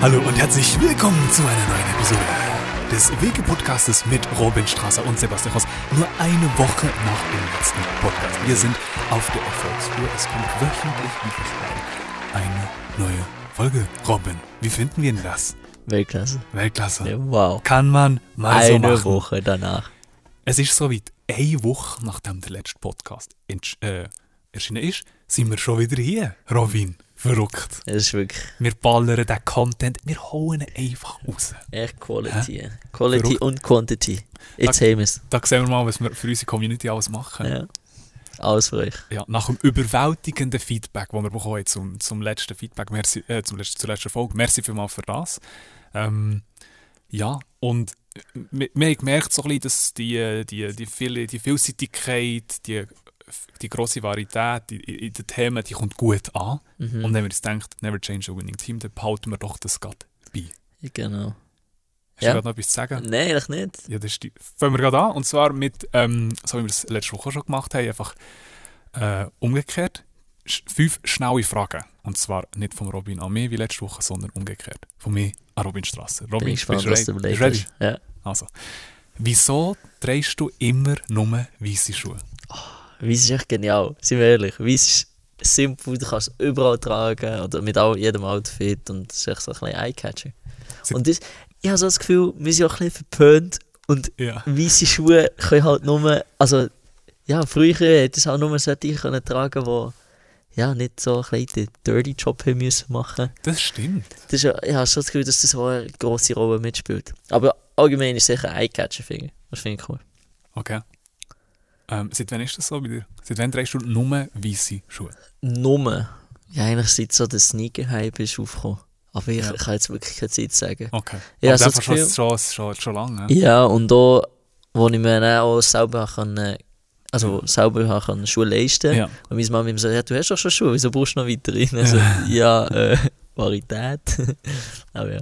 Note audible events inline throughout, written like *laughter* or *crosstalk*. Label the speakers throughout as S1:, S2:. S1: Hallo und herzlich willkommen zu einer neuen Episode des Wege-Podcastes mit Robin Strasser und Sebastian Voss. Nur eine Woche nach dem letzten Podcast. Wir sind auf der Erfolgstour. Es kommt wöchentlich, wie versprochen, eine neue Folge. Robin, wie finden wir denn das?
S2: Weltklasse.
S1: Weltklasse.
S2: Ja, Wow.
S1: Kann man mal so
S2: Eine
S1: machen.
S2: Woche danach.
S1: Es ist soweit. Eine Woche nachdem der letzte Podcast entsch- äh, erschienen ist, sind wir schon wieder hier. Robin, verrückt.
S2: Es ist wirklich
S1: Wir ballern den Content, wir holen ihn einfach raus.
S2: echt Quality. Quality
S1: Verrückt.
S2: und Quantity. Jetzt haben wir es.
S1: Da sehen wir mal, was wir für unsere Community alles machen. Ja.
S2: Ja. Alles für euch.
S1: nach dem überwältigenden Feedback, das wir bekommen haben zum, zum letzten Feedback, merci, äh, zum letzten, zur letzten Folge, merci vielmals für das. Ähm, ja, und wir, wir haben gemerkt, so ein bisschen, dass die, die, die, viele, die Vielseitigkeit, die, die grosse Varietät in, in in den Themen, die kommt gut an.
S2: Mhm.
S1: Und dann haben wir uns gedacht, never change a winning team, dann behalten wir doch das gerade bei.
S2: Genau.
S1: Hast
S2: Ja.
S1: du gerade noch etwas zu sagen?
S2: Nein, eigentlich nicht.
S1: Ja, das ist die, fangen wir gerade an. Und zwar mit, ähm, so wie wir es letzte Woche schon gemacht haben, einfach äh, umgekehrt. Sch fünf schnelle Fragen. Und zwar nicht von Robin an mich wie letzte Woche, sondern umgekehrt. Von mir an Robin Strasser. Robin,
S2: Bin ich gespannt, was
S1: bist
S2: du
S1: du ready?
S2: überlegt
S1: Bist du ready?
S2: hast. Ja.
S1: Also, wieso trägst du immer nur weiße Schuhe?
S2: Weiss ist echt genial. Seien wir ehrlich. Weiss ist simpel. Du kannst es überall tragen. Oder mit all, jedem Outfit. Und es ist echt so ein bisschen Eyecatcher.
S1: Sie-
S2: Und das, ich habe so das Gefühl, wir sind auch ein bisschen verpönt. Und
S1: Ja.
S2: Weisse Schuhe können halt nur, also ja, früher hätte es halt nur solche können tragen, die ja, nicht so ein bisschen den dirty Job haben müssen machen.
S1: Das stimmt.
S2: Das ist, ja- ich habe schon das Gefühl, dass das auch eine grosse Rolle mitspielt. Aber allgemein ist es sicher ein Eyecatcher, finde ich. Das finde ich cool.
S1: Okay. Ähm, seit wann ist das so bei dir? Seit wann trägst du nur weiße Schuhe?
S2: Nummer. Ja, eigentlich seit so der Sneaker-Hype ist aufgekommen. Aber ich
S1: Ja.
S2: kann jetzt wirklich keine Zeit sagen.
S1: Okay.
S2: Ja,
S1: Aber
S2: so
S1: das
S2: das
S1: schon,
S2: Gefühl-
S1: schon, schon, schon lange. ne?
S2: Ja, und da, wo ich mir dann auch selber kann, äh, also selber habe können Schuhe leisten
S1: Ja.
S2: Und meine Mama immer so, ja, du hast doch schon Schuhe, wieso brauchst du noch weitere?
S1: *laughs*
S2: Also, ja, äh, Parität. *laughs* Aber ja.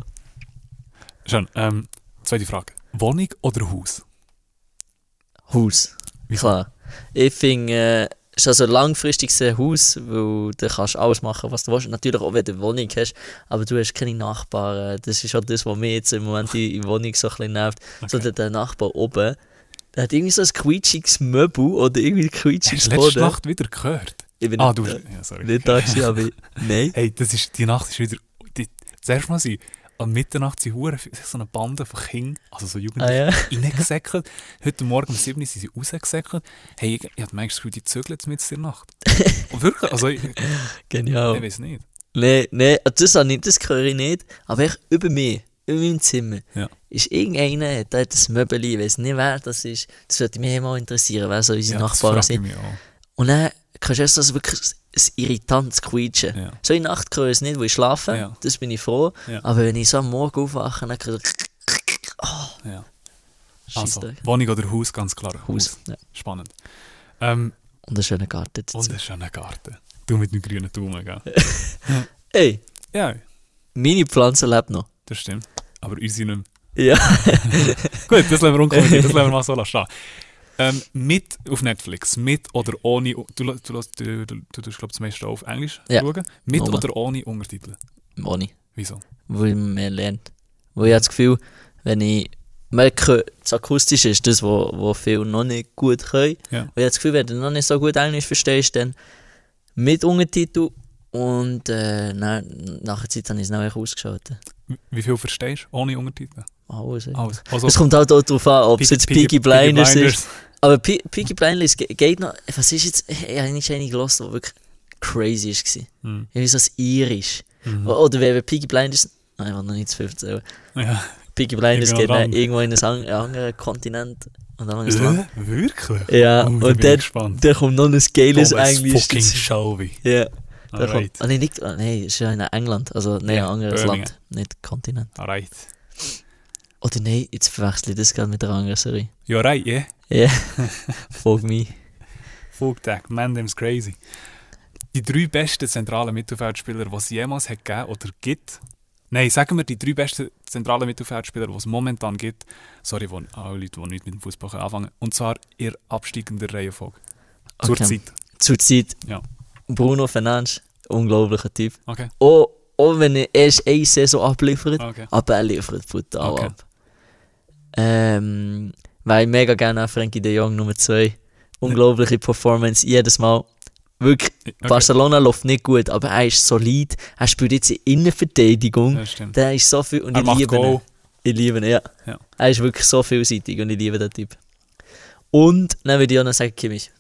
S1: Schön. Ähm, zweite Frage. Wohnung oder Haus?
S2: Haus.
S1: Wieso?
S2: Klar. Ich finde, äh, es ist also ein langfristiges äh, Haus, weil da kannst du alles machen, was du willst. Natürlich auch, wenn du eine Wohnung hast, aber du hast keine Nachbarn. Äh, Das ist auch das, was mir jetzt im Moment in in Wohnung so ein bisschen nervt.
S1: Okay.
S2: So der, der Nachbar oben, der hat irgendwie so ein quietschiges Möbel oder irgendwie ein
S1: Hast
S2: quietschiges
S1: du letzte
S2: Boden.
S1: Nacht wieder gehört?
S2: Ich bin
S1: Ah,
S2: nicht
S1: du.
S2: da-
S1: Ja, sorry.
S2: nicht da gewesen,
S1: *laughs*
S2: aber ich- nein.
S1: Hey, das ist, die Nacht ist wieder. Die, das erste Mal sind an Mitternacht sind Huren, so eine Bande von Kindern, also so
S2: Ah,
S1: Jugendlichen,
S2: ja.
S1: *laughs*
S2: *laughs*
S1: reingesäckelt. Heute Morgen um 7 Uhr sind sie rausgesäckelt. Hey, ich, ich hatte manchmal das Gefühl, die zögeln jetzt mit der
S2: *laughs*
S1: Nacht. Und wirklich, also ich,
S2: Oh.
S1: ich
S2: Genial.
S1: weiß nicht.
S2: Nein, nein, also das, habe ich- das höre ich nicht. Aber ich über mir, über meinem Zimmer,
S1: Ja.
S2: ist irgendeiner, der hat ein Möbel, ich weiß nicht, wer das ist. Das würde mich mal interessieren, wer so unsere
S1: Ja, das
S2: Nachbarn
S1: frage ich
S2: sind.
S1: mich auch.
S2: Und dann kannst du erst so wirklich ein irritantes Quietschen.
S1: Ja.
S2: So in der Nacht höre ich es nicht, wo ich schlafe,
S1: Ja.
S2: das bin ich froh.
S1: Ja.
S2: Aber wenn ich so am Morgen aufwache, dann kann ich
S1: Ja.
S2: so,
S1: Also,
S2: also,
S1: Wohnung oder Haus, ganz klar.
S2: Haus. Ja.
S1: Spannend. Ähm,
S2: Und einen schönen Garten dazu.
S1: wunderschöner Garten. Du mit dem grünen Daumen, gell?
S2: Ey,
S1: Ja,
S2: meine Pflanze lebt noch.
S1: das stimmt. Aber unsere nicht mehr.
S2: Ja.
S1: Gut, das lassen wir unkommentiert, das lassen wir mal so stehen. Ähm, mit auf Netflix, mit oder ohne, du du, du, du, du, du tust, glaube ich, das meiste auf Englisch
S2: Ja.
S1: schauen. Mit
S2: Nur.
S1: oder ohne Untertitel?
S2: Moni.
S1: Wieso?
S2: weil man mehr lernt. Weil ich habe das Gefühl, wenn ich merke, das Akustische ist das, was wo, wo viele noch nicht gut können.
S1: Ja.
S2: Und ich habe das Gefühl, wenn du noch nicht so gut Englisch verstehst, dann mit Untertitel und äh, na, nach der Zeit habe ich es nachher ausgeschaltet.
S1: Wie- Wie viel verstehst du ohne Untertitel?
S2: Alles. ey.
S1: Alles. Also,
S2: Es kommt halt auch darauf an, ob es jetzt Peaky Blinders ist. Aber Pe- Peaky Blinders ge- geht noch. Was ist jetzt? Ich habe nicht eine gelassen, die wirklich crazy war.
S1: Hm.
S2: Irgendwie so ein Irisch.
S1: Mhm.
S2: Oder wenn wenn Peaky Blinders. Nein, ich will noch nicht zu viel erzählen.
S1: Ja.
S2: Peaky Blinders
S1: Irgendwo
S2: geht dann
S1: dran.
S2: irgendwo in einen an- anderen Kontinent und dann anderes Land.
S1: Äh, wirklich?
S2: Ja,
S1: Oh, da bin
S2: und
S1: ich
S2: dann,
S1: gespannt.
S2: dann kommt noch ein geiles
S1: Thomas
S2: Englisch.
S1: fucking
S2: dazu.
S1: Shelby.
S2: dus- *laughs* Ja, da kommt.
S1: Alright.
S2: Ah, nee, nicht, ah, nee, ist ja in England. Also, nein,
S1: Ja,
S2: ein anderes
S1: Birmingham.
S2: Land, nicht Kontinent.
S1: Alright.
S2: Oder nein, jetzt verwechsel ich das gerade mit der anderen Serie.
S1: Ja, right, yeah.
S2: Ja, folg mich.
S1: Fuck that, man, them's crazy. Die drei besten zentralen Mittelfeldspieler, die es jemals hat gegeben oder gibt, Nein, sagen wir die drei besten zentralen Mittelfeldspieler, die es momentan gibt. Sorry, von alle Leute, die nicht mit dem Fußball anfangen können. Und zwar in absteigender Reihenfolge. Zur
S2: Okay.
S1: Zeit.
S2: Zurzeit
S1: Ja.
S2: Bruno Fernandes, Oh, unglaublicher Typ.
S1: Okay.
S2: Auch, auch wenn er erst eine Saison abliefert,
S1: okay.
S2: aber er liefert brutal
S1: Okay.
S2: ab. Ähm, weil ich mega gerne auch Frankie de Jong Nummer 2. Unglaubliche Performance, jedes Mal. Wirklich,
S1: okay.
S2: Barcelona läuft nicht gut, aber er ist solid. Er spielt jetzt in Innenverteidigung.
S1: Ja, stimmt.
S2: Der ist so viel und
S1: Er
S2: ich
S1: macht
S2: liebe ihn.
S1: Goal.
S2: Ich liebe ihn, ja.
S1: Ja.
S2: Er ist wirklich so vielseitig und ich liebe den Typ. Und dann würde ich auch noch sagen, Kimmich.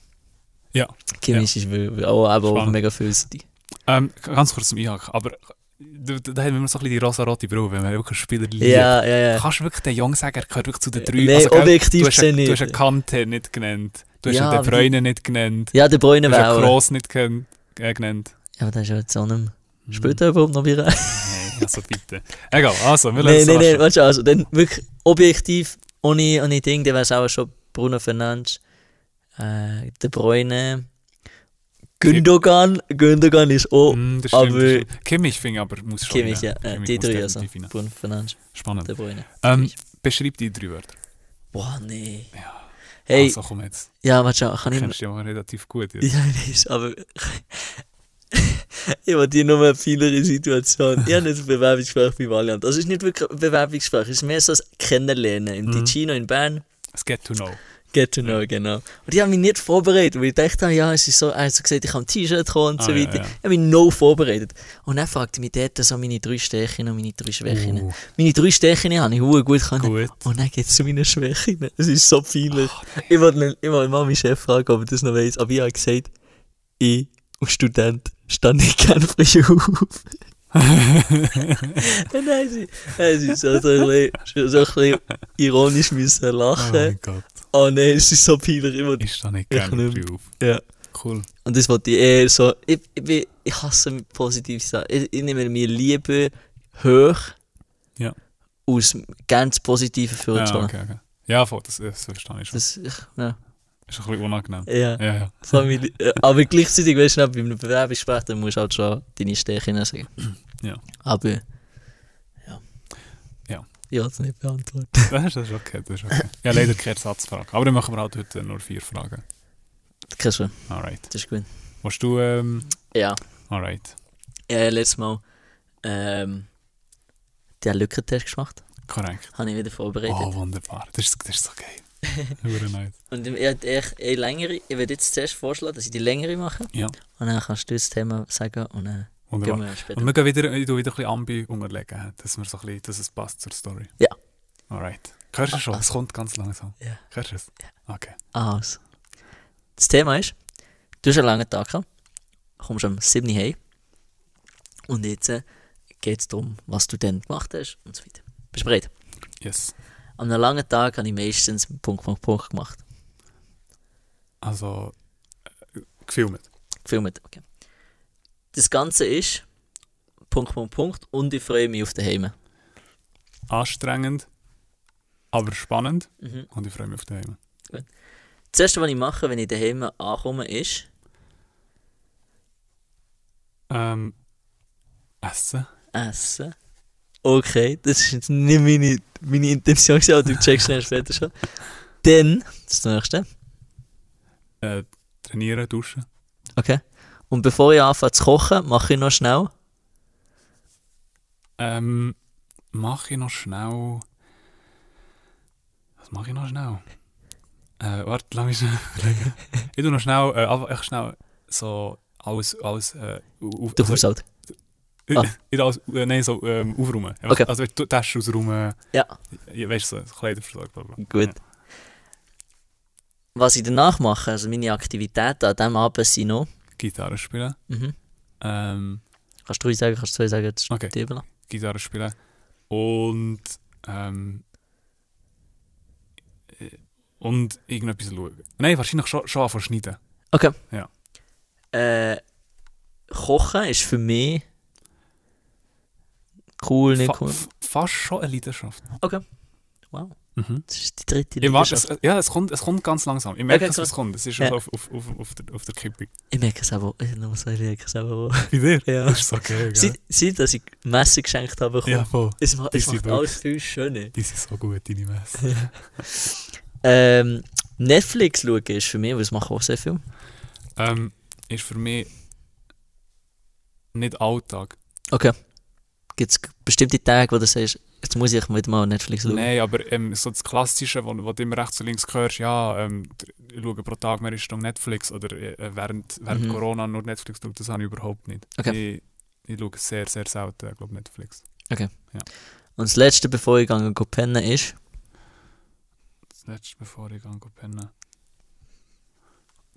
S1: Ja.
S2: Kimmich ist wirklich auch, aber auch
S1: Spannend.
S2: mega vielseitig.
S1: Ähm, ganz kurz zum Einhaken. Aber da, da da haben wir immer so ein bisschen die rosarote Brille, wenn man wirklich einen Spieler liebt.
S2: Ja, ja, ja.
S1: Kannst du wirklich den Jungen sagen, er gehört wirklich zu den drei?
S2: Äh,
S1: Also,
S2: Nein,
S1: gell,
S2: objektiv
S1: du hast
S2: gesehen
S1: einen- Du hast einen
S2: nicht.
S1: Kante nicht genannt. Du hast
S2: Ja,
S1: einen
S2: aber
S1: De Bruyne nicht genannt.
S2: Ja, der
S1: Du
S2: Bräune
S1: hast
S2: wäre
S1: einen
S2: auch.
S1: Kroos nicht gen- äh, genannt.
S2: Ja, aber der ist ja jetzt auch nicht mehr.
S1: Mhm.
S2: Spielt er überhaupt noch wieder?
S1: Nein, also bitte. Egal, also, wir
S2: Nein,
S1: lassen
S2: nein, nein,
S1: es
S2: weißt du, also dann wirklich objektiv, ohne, ohne Ding, dann wäre es auch schon Bruno Fernandes, äh, der Bräune, Gündogan, Gündogan ist auch
S1: Mm, das stimmt,
S2: Aber-
S1: das stimmt. Kimmich finde ich aber muss schon
S2: Kimmich, ja,
S1: rein.
S2: äh,
S1: Kimmich
S2: die
S1: muss
S2: drei also,
S1: definitiv rein.
S2: Bruno Fernandes,
S1: Spannend.
S2: der Bräune.
S1: Ähm, beschreib die drei Wörter.
S2: Boah, nee.
S1: Ja.
S2: Hey,
S1: Also komm jetzt,
S2: ja, warte schon, kann
S1: du
S2: ich...
S1: *laughs* kennst dich ja relativ gut. Jetzt.
S2: Ja, nicht, aber... *laughs* ich wollte hier nur eine feinere Situation. Ich habe nicht ein Bewerbungsgespräch bei Valiant. Das ist nicht wirklich ein Bewerbungsgespräch, es ist mehr so ein Kennenlernen. Im Ticino, in Bern,
S1: Es geht to know.
S2: Get to know, genau. Und ich habe mich nicht vorbereitet, weil ich dachte, ja, es ist so, er hat so gesagt, ich habe ein T-Shirt kommen und
S1: Ah,
S2: so
S1: ja,
S2: weiter.
S1: ja.
S2: Ich habe mich null vorbereitet. Und dann fragte mich dort so meine drei Stärken und meine drei Schwächen.
S1: Uh.
S2: Meine drei Stärken habe ich verdammt gut können.
S1: Oh, Gut.
S2: Und dann geht es zu meinen Schwächen. *laughs* Es ist so peinlich.
S1: Oh,
S2: ich wollte nicht- ich wollte mal meinen Chef fragen, ob er das noch weiß. Aber ich habe gesagt, ich als Student stand ich gerne früh *laughs* auf. und dann haben sie, haben sie so, so, ein bisschen, so ein bisschen ironisch müssen
S1: Oh
S2: lachen.
S1: mein Gott,
S2: Oh nein, es ist so peinlich. Ich will-
S1: ist da nicht
S2: Ich
S1: gerne
S2: nehm-
S1: drauf.
S2: ja.
S1: Cool.
S2: Und das wollte ich eher so. Ich, ich, bin, ich hasse positiv Sachen. Ich, ich nehme mir lieber hoch
S1: Ja.
S2: aus ganz positiven
S1: Ja,
S2: Filmen.
S1: okay, okay. Ja, voll, das, das verstehe ich schon.
S2: Das ich, ja.
S1: Ist ein bisschen unangenehm.
S2: ja.
S1: Ja, ja.
S2: Das war mir- äh, aber gleichzeitig, weißt du, bei einem Bewerbungsgespräch, dann musst du halt schon deine Stärken sagen.
S1: Ja.
S2: Aber. Ja.
S1: Ja.
S2: Ich habe es nicht beantwortet.
S1: *laughs* Das ist, das ist okay, das ist okay. Ja, leider keine Ersatzfrage. Aber dann machen wir halt heute nur vier Fragen.
S2: Kein Schwein,
S1: Alright.
S2: das ist gut.
S1: Willst du, ähm,
S2: Ja.
S1: alright.
S2: Ja, letztes Mal. Ähm, den Lückentest gemacht.
S1: Korrekt.
S2: Habe ich wieder vorbereitet.
S1: Oh, wunderbar. Das ist, das ist so geil.
S2: *laughs*
S1: Hure nice.
S2: Und ich hätte echt eine längere, ich würde jetzt zuerst vorschlagen, dass ich die längere mache.
S1: Ja.
S2: Und dann kannst du das Thema sagen und dann
S1: Wunderbar.
S2: gehen wir später.
S1: Und wir gehen wieder, ich tu wieder ein bisschen Ambi unterlegen, hä? dass, wir so ein bisschen, dass es passt zur Story.
S2: Ja.
S1: Alright. Hörst du schon?
S2: Ah, ah.
S1: Es kommt ganz langsam.
S2: Ja.
S1: Hörst du es? Okay.
S2: Also. Das Thema ist, du hast einen langen Tag gehabt, kommst am 7. Uhr heim und jetzt äh, geht es darum, was du dann gemacht hast und so weiter. Bist du bereit?
S1: Yes.
S2: An einem langen Tag habe ich meistens Punkt, Punkt, Punkt gemacht.
S1: Also, äh, gefilmt.
S2: Gefilmt, okay. Das Ganze ist Punkt, Punkt, Punkt und ich freue mich auf den Heim.
S1: Anstrengend, aber spannend.
S2: Mhm.
S1: Und ich freue mich auf den Heim.
S2: Das erste, was ich mache, wenn ich daheim ankomme, ist...
S1: Ähm, Essen.
S2: Essen. Okay, das ist jetzt nicht meine, meine Intention, gewesen, aber du checkst schnell später schon. Dann, das nächste,
S1: Äh, trainieren, duschen.
S2: okay. Und bevor ich anfange zu kochen, mache ich noch schnell.
S1: Ähm, mache ich noch schnell. Was mache ich noch schnell? Äh, warte, lass *laughs* mich schnell überlegen. ich tu noch schnell, äh, einfach echt schnell so alles, alles, äh, auf,
S2: Du
S1: also,
S2: kommst halt.
S1: ich,
S2: ah.
S1: ich alles, äh, nein, so, ähm, aufräumen. Einfach,
S2: Okay.
S1: Also, du Tasche ausräumen,
S2: Ja,
S1: ja, weißt du, so, Kleiderversorgung, bla, bla.
S2: gut. Was ich danach mache, also meine Aktivitäten an diesem Abend sind noch.
S1: Gitarre spielen,
S2: Mhm.
S1: ähm,
S2: Kannst du drei sagen, kannst du zwei sagen, jetzt ist
S1: Okay.
S2: dir überlassen.
S1: Gitarre spielen und, ähm, äh, und irgendetwas schauen. Nein, wahrscheinlich schon, schon anfangen zu schneiden.
S2: Okay.
S1: Ja.
S2: Äh, kochen ist für mich cool, nicht
S1: Fa
S2: cool.
S1: f- Fast schon eine Leidenschaft.
S2: Wow.
S1: Mhm.
S2: Das ist die dritte
S1: Ich warte,
S2: Liegenschaft.
S1: es, ja, es kommt, es kommt ganz langsam. Ich merke,
S2: Okay,
S1: dass
S2: cool.
S1: es kommt. Es ist
S2: Ja.
S1: schon auf, auf, auf, auf, der, auf der Kippe.
S2: Ich merke es aber, ich muss sagen, ich merke es aber auch.
S1: Bei dir?
S2: Ja.
S1: Das ist so geil, gell?
S2: Seit, seit dass ich Messer geschenkt habe bekommen,
S1: Ja, voll.
S2: es macht, es
S1: Die sind
S2: macht alles viel schöner.
S1: Die sind so gut, deine
S2: *laughs*
S1: Messe.
S2: Ähm, Netflix schauen ist für mich, weil es macht auch sehr viel.
S1: ähm, ist für mich nicht Alltag.
S2: Okay. Gibt es bestimmte Tage, wo du sagst, jetzt muss ich wieder mal Netflix schauen?
S1: Nein, aber ähm, so das Klassische, wo, wo du immer rechts und links hörst, ja, ähm, d- ich schaue pro Tag mehr Stunden Netflix oder äh, während, während
S2: Mhm.
S1: Corona nur Netflix schaue, das habe ich überhaupt nicht.
S2: Okay.
S1: Ich, ich schaue sehr, sehr selten, glaube Netflix.
S2: Und das letzte, bevor ich gegangen go pennen ist,
S1: Das letzte, bevor ich gehe pennen.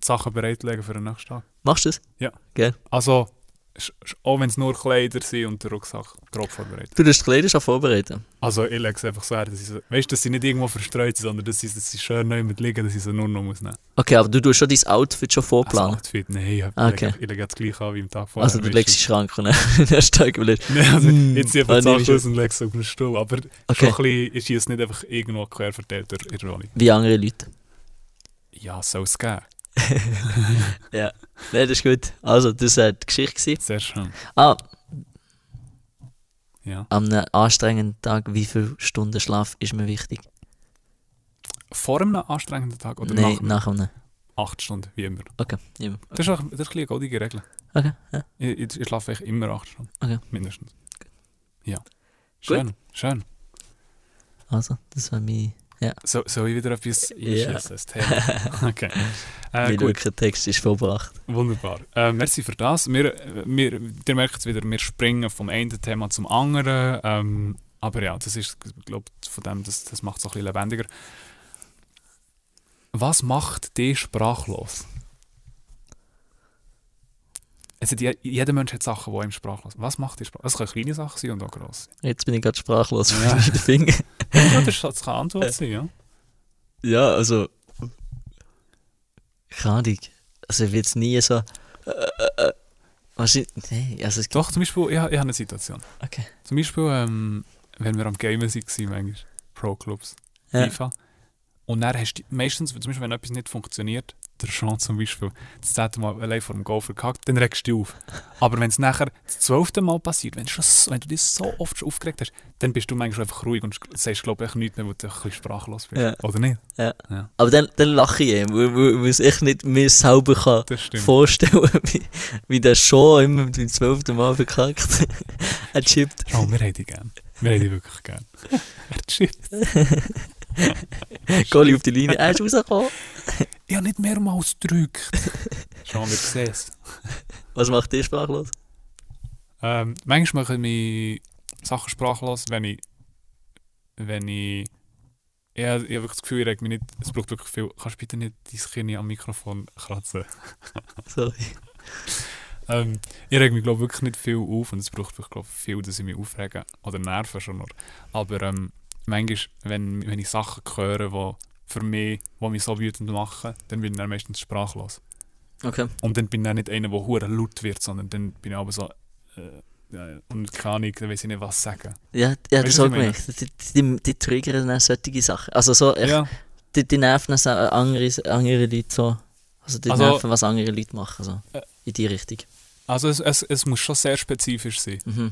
S1: Die Sachen bereitlegen für den nächsten Tag.
S2: machst du das?
S1: Also, sch- sch- auch wenn es nur Kleider sind und der Rucksack grob vorbereitet.
S2: Du darfst die Kleider schon vorbereiten.
S1: Also, ich lege es einfach so her, dass ich so, weißt, dass sie nicht irgendwo verstreut sind, sondern dass sie, dass sie schön neu mit liegen, dass ich sie nur noch muss nehmen
S2: Okay, aber du tust schon dein Outfit schon vorplanen.
S1: Also, Outfit, nein, ich,
S2: Ah,
S1: okay.
S2: okay.
S1: ich, ich lege das gleiche an wie am Tag vorher.
S2: Also, du
S1: weißt *laughs*
S2: legst die Schrank und dann *laughs* hast du die
S1: Nein, also,
S2: Mm,
S1: jetzt ziehe ich einfach
S2: ah,
S1: die Sachen
S2: nehme ich
S1: aus und lege es auf den Stuhl. Aber schon
S2: Okay,
S1: ein bisschen ist es nicht einfach irgendwo quer verteilt durch- in der Wohnung.
S2: wie andere Leute.
S1: Ja, soll es geben.
S2: Nein, das ist gut. Also, dus, eh, das war die Geschichte. gewesen.
S1: Sehr schön.
S2: Ah,
S1: Ja.
S2: an einem anstrengenden Tag, wie viele Stunden Schlaf ist mir wichtig?
S1: Vor einem anstrengenden Tag oder
S2: Nein,
S1: nach,
S2: nach einem.
S1: acht Stunden, wie immer.
S2: Okay, immer.
S1: Das ist, auch, das ist ein bisschen eine goldige Regel.
S2: Okay, ja.
S1: Ich, ich, ich schlafe eigentlich immer acht Stunden.
S2: Okay.
S1: Mindestens. Ja. Schön, schön.
S2: Also, das war mein...
S1: So, soll ich wieder etwas
S2: Ja.
S1: einschießen? Das
S2: *laughs*
S1: Thema. Okay. Äh,
S2: mein
S1: gut.
S2: guter Text ist vollbracht.
S1: Wunderbar. Äh, merci für das. Wir, wir, ihr merkt es wieder, wir springen vom einen Thema zum anderen. Ähm, aber ja, das ist, glaube von dem, das, das macht es auch ein bisschen lebendiger. Was macht dich sprachlos? Also die, jeder Mensch hat Sachen, die ihm sprachlos Was macht dich sprachlos? Es können kleine Sachen sein und auch grosse.
S2: Jetzt bin ich gerade sprachlos *laughs*
S1: Ja.
S2: ja. den Finger.
S1: Ja, das ist- das kann eine Antwort sein, ja.
S2: Ja, also... Keine Ahnung. Also, ich will jetzt nie so... Äh, äh, äh, wahrscheinlich... Nein, also es gibt...
S1: Doch, zum Beispiel, ich, ha- ich habe eine Situation.
S2: Okay.
S1: Zum Beispiel, ähm, wenn wir am Gamen waren, manchmal, Pro-Clubs,
S2: Ja.
S1: FIFA, und dann hast du meistens, zum Beispiel, wenn etwas nicht funktioniert, der Jean zum Beispiel, das zehnte Mal allein vor dem Goal verkackt, dann regst du dich auf. Aber wenn es nachher das zwölfte Mal passiert, wenn, du schon so, wenn du dich so oft schon aufgeregt hast, dann bist du manchmal einfach ruhig und sch- sagst, glaube ich, nichts mehr, weil du ein bisschen sprachlos bist.
S2: Ja.
S1: Oder nicht?
S2: Aber dann, dann lache ich eben, weil, weil, weil ich echt nicht mir selber kann
S1: Das stimmt.
S2: vorstellen *laughs* wie, wie der schon immer beim zwölften Mal verkackt. *laughs* er chippt.
S1: Jean, wir haben dich gern. Wir haben dich wirklich
S2: *laughs*
S1: gern. Er chippt.
S2: Goalie auf die Linie, er ist rausgekommen.
S1: Ich habe nicht um mehrmals gedrückt. Jean, wir sehen es.
S2: Was macht ihr sprachlos?
S1: Ähm, manchmal machen mich Sachen sprachlos, wenn ich. Wenn ich. Ich habe, ich habe wirklich das Gefühl, ich reg mich nicht. Es braucht wirklich viel. Kannst du bitte nicht dein Kind am Mikrofon kratzen?
S2: Sorry.
S1: Ähm, ich reg mich, glaube wirklich nicht viel auf und es braucht wirklich glaub, viel, dass ich mich aufrege. Oder Nerven schon noch. Aber ähm, manchmal, wenn, wenn ich Sachen höre, die für mich, die mich so wütend machen, dann bin ich dann meistens sprachlos.
S2: Okay.
S1: Und dann bin ich dann nicht einer, der hure laut wird, sondern dann bin ich aber so. Äh, ja, und keine Ahnung, dann weiß ich nicht, was sagen.
S2: Ja, ja
S1: Weißt
S2: das
S1: du, was
S2: auch
S1: ich meine?
S2: gemerkt. Die, die, die triggern dann solche Sachen. Also so, echt,
S1: Ja.
S2: die, die nerven dann auch andere, andere Leute so. Also die
S1: Also-
S2: nerven, was andere Leute machen. So.
S1: Ä-
S2: In die Richtung.
S1: Also es, es, es muss schon sehr spezifisch sein,
S2: Mhm.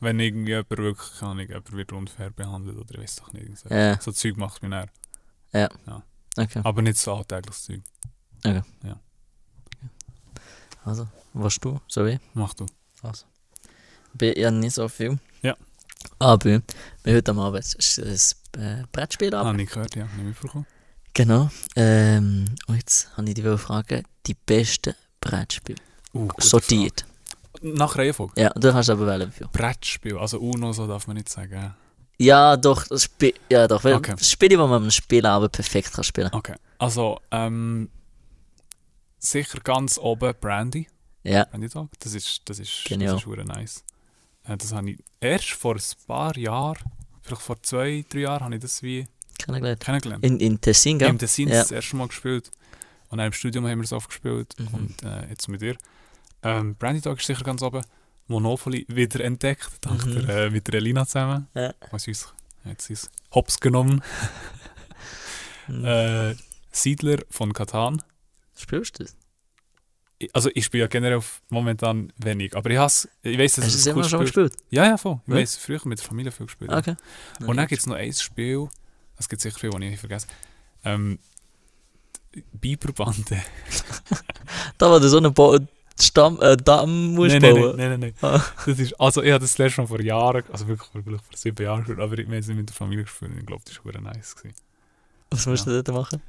S1: wenn irgendwie jemand wirklich, keine Ahnung, jemand wird unfair behandelt oder ich weiß doch nicht. irgend So,
S2: Ja,
S1: so Zeug macht mich näher.
S2: okay.
S1: Aber nicht so alltägliches Zeug.
S2: Also, was du? So wie?
S1: Mach du.
S2: bin ja nicht so viel.
S1: Ja.
S2: Aber wir heute am Abend ist es ein äh, Brettspiel ab.
S1: Habe ich gehört, ja. Nicht mitbekommen.
S2: Genau. Ähm, und jetzt habe ich dich fragen, die besten Brettspiele.
S1: Uh, gute
S2: Sortiert.
S1: Frage. Nach Reihenfolge.
S2: Ja, du kannst aber wählen für.
S1: Brettspiel, also Uno, so darf man nicht sagen. ja.
S2: Ja, doch, das Spiel, ja, doch. weil-
S1: Okay.
S2: Spiele, die man am Spielabend perfekt kann spielen kann.
S1: Okay. Also, ähm, sicher ganz oben Brandy.
S2: Ja,
S1: Brandy Tag. Das ist, das ist,
S2: Genial.
S1: das ist hure nice. Äh, Das habe ich erst vor ein paar Jahren, vielleicht vor zwei, drei Jahren, habe ich das wie
S2: kennengelernt.
S1: kennengelernt.
S2: In, in Tessin, gell?
S1: Im Tessin
S2: Ja.
S1: das erste Mal gespielt. Und dann im Studium haben wir es oft gespielt.
S2: Mhm.
S1: Und äh, jetzt mit dir. Ähm, Brandy Dog ist sicher ganz oben. Monopoly wieder entdeckt, dank
S2: Mhm.
S1: der, äh, mit der Elina zusammen.
S2: Ja.
S1: Was uns hat sie es hops genommen.
S2: Mhm. Hmm.
S1: äh, Siedler von Katan.
S2: Spürst du das?
S1: Ich- Also ich spiele ja generell auf- momentan wenig, aber ich has, ich weiß, dass
S2: Hast du es
S1: ein
S2: immer
S1: cooles
S2: schon
S1: Spiel
S2: gespielt?
S1: ist. Ja, ja, voll. Ich
S2: Ja.
S1: weiß, früher mit der Familie viel gespielt.
S2: Okay.
S1: Und dann gibt es noch ein Spiel, es gibt sicher viele, die ich nicht vergesse. Ähm, die Biberbande.
S2: Da, wo du so einen Bo Stamm, äh, Damm musst
S1: nein, nein,
S2: bauen.
S1: nein, nein, nein.
S2: Ah.
S1: Das ist, also ich habe das letzte Mal vor Jahren, also wirklich vor, vielleicht vor sieben Jahren gespielt, aber ich habe es nicht mit der Familie gespielt und ich glaube, das war verdammt nice. Gewesen.
S2: Was musst du dort machen?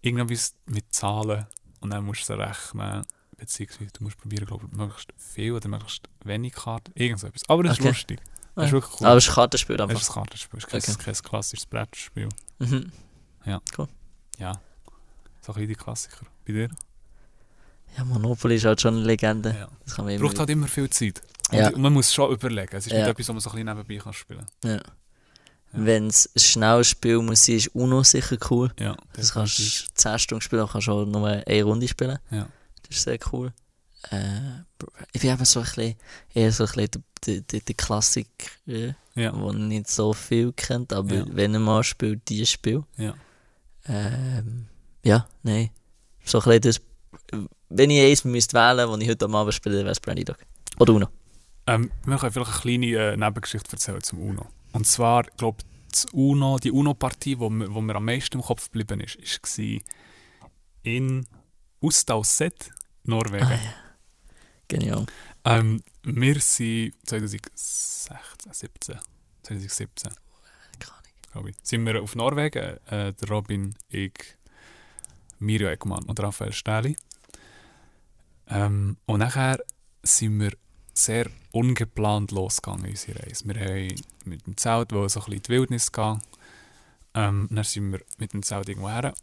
S1: Irgendwas mit Zahlen und dann musst du sie rechnen, beziehungsweise du musst probieren, glaube ich, möglichst viel oder möglichst wenig Karten, irgend so etwas. Aber das
S2: Okay.
S1: ist lustig. Das
S2: Ah.
S1: ist wirklich cool.
S2: Aber es ist ein Kartenspiel
S1: das
S2: einfach.
S1: ist ein Kartenspiel, das ist kein, kein klassisches Brettspiel.
S2: Mhm.
S1: Ja, so ein bisschen die Klassiker. Bei dir?
S2: Ja, Monopoly ist halt schon eine Legende.
S1: Ja.
S2: Das kann man immer.
S1: braucht halt immer viel Zeit. Und,
S2: Ja.
S1: und man muss schon überlegen. Es ist
S2: Ja.
S1: nicht etwas, was man so ein bisschen nebenbei kann spielen
S2: Wenn es ein schnelles Spiel muss sein, ist UNO sicher cool.
S1: kann. Ja,
S2: Das kannst du
S1: definitiv.
S2: 10 Stunden spielen, aber kannst auch nur eine Runde spielen.
S1: Ja.
S2: Das ist sehr cool. Äh, ich bin eben so ein bisschen, eher so ein bisschen der, der, der Klassik, äh,
S1: Ja.
S2: wo ich nicht so viel kennt, aber
S1: Ja.
S2: wenn man mal spielt, die Spiel.
S1: Ja.
S2: Ähm, ja, nein. So ein bisschen das, eh, wenn ich eins müsste wählen, das ich heute am Abend spiele, wäre es Brandy Dog. Oder Uno.
S1: Ähm, wir können vielleicht eine kleine äh, Nebengeschichte erzählen zum UNO. Und zwar, ich glaube, das UNO, die UNO-Partie, wo, mir- wo mir am meisten im Kopf geblieben ist, war in Ustauset, Norwegen.
S2: Ah, ja. Genial.
S1: ähm, wir sind 2016, 17, 2017
S2: Keine Ahnung.
S1: glaube ich. Sind wir auf Norwegen, äh, der Robin, ich, Mirjo Eckmann und Raphael Stähli. Ähm, und nachher sind wir sehr ungeplant losgegangen, unsere Reise. Wir haben mit dem Zelt wollen so ein bisschen in die Wildnis gehen. Ähm, dann sind wir mit dem Zelt irgendwo her.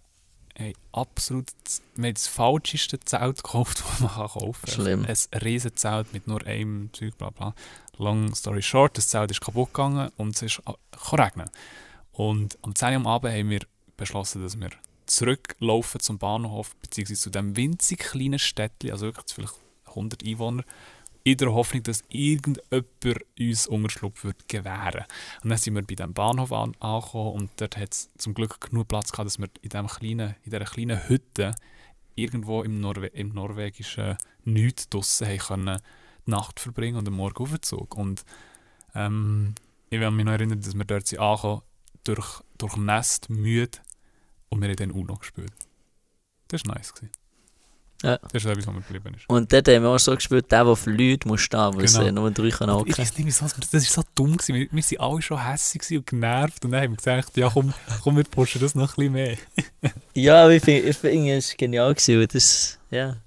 S1: Hey, absolut, z- wir haben das falscheste Zelt gekauft, *laughs* das man kann kaufen kann.
S2: Schlimm.
S1: Ein riesen Zelt mit nur einem Zeug, bla bla. Long story short, das Zelt ist kaputt gegangen und es ist, ah, kann regnen. Und am 10 Uhr am Abend haben wir beschlossen, dass wir zurücklaufen zum Bahnhof, beziehungsweise zu dem winzig kleinen Städtchen, also wirklich vielleicht 100 Einwohner, in der Hoffnung, dass irgendjemand uns Unterschlupf wird gewähren Und dann sind wir bei diesem Bahnhof an angekommen und dort hat es zum Glück genug Platz gehabt, dass wir in, dem kleinen, in dieser kleinen Hütte irgendwo im, Norwe im norwegischen Nichts draussen haben können die Nacht verbringen und am Morgen aufzog. Und ähm, ich will mich noch erinnern, dass wir dort sind angekommen durch, durch Nest, müde und wir haben dann Uno gespielt. Das war nice. Gewesen.
S2: Ja.
S1: Das ist etwas, was mir geblieben ist.
S2: Und dort haben wir auch so gespielt, der, der verliert, muss stehen, weil
S1: Genau.
S2: es äh, nur drei kann
S1: Ich
S2: angucken.
S1: weiß nicht, wieso, das war so dumm. Gewesen. Wir, wir waren alle schon hässlich gewesen und genervt und dann haben wir gesagt, ja komm, komm wir pushen das noch ein bisschen mehr.
S2: Ja, aber ich finde ich find, es war genial gewesen, weil das, ja,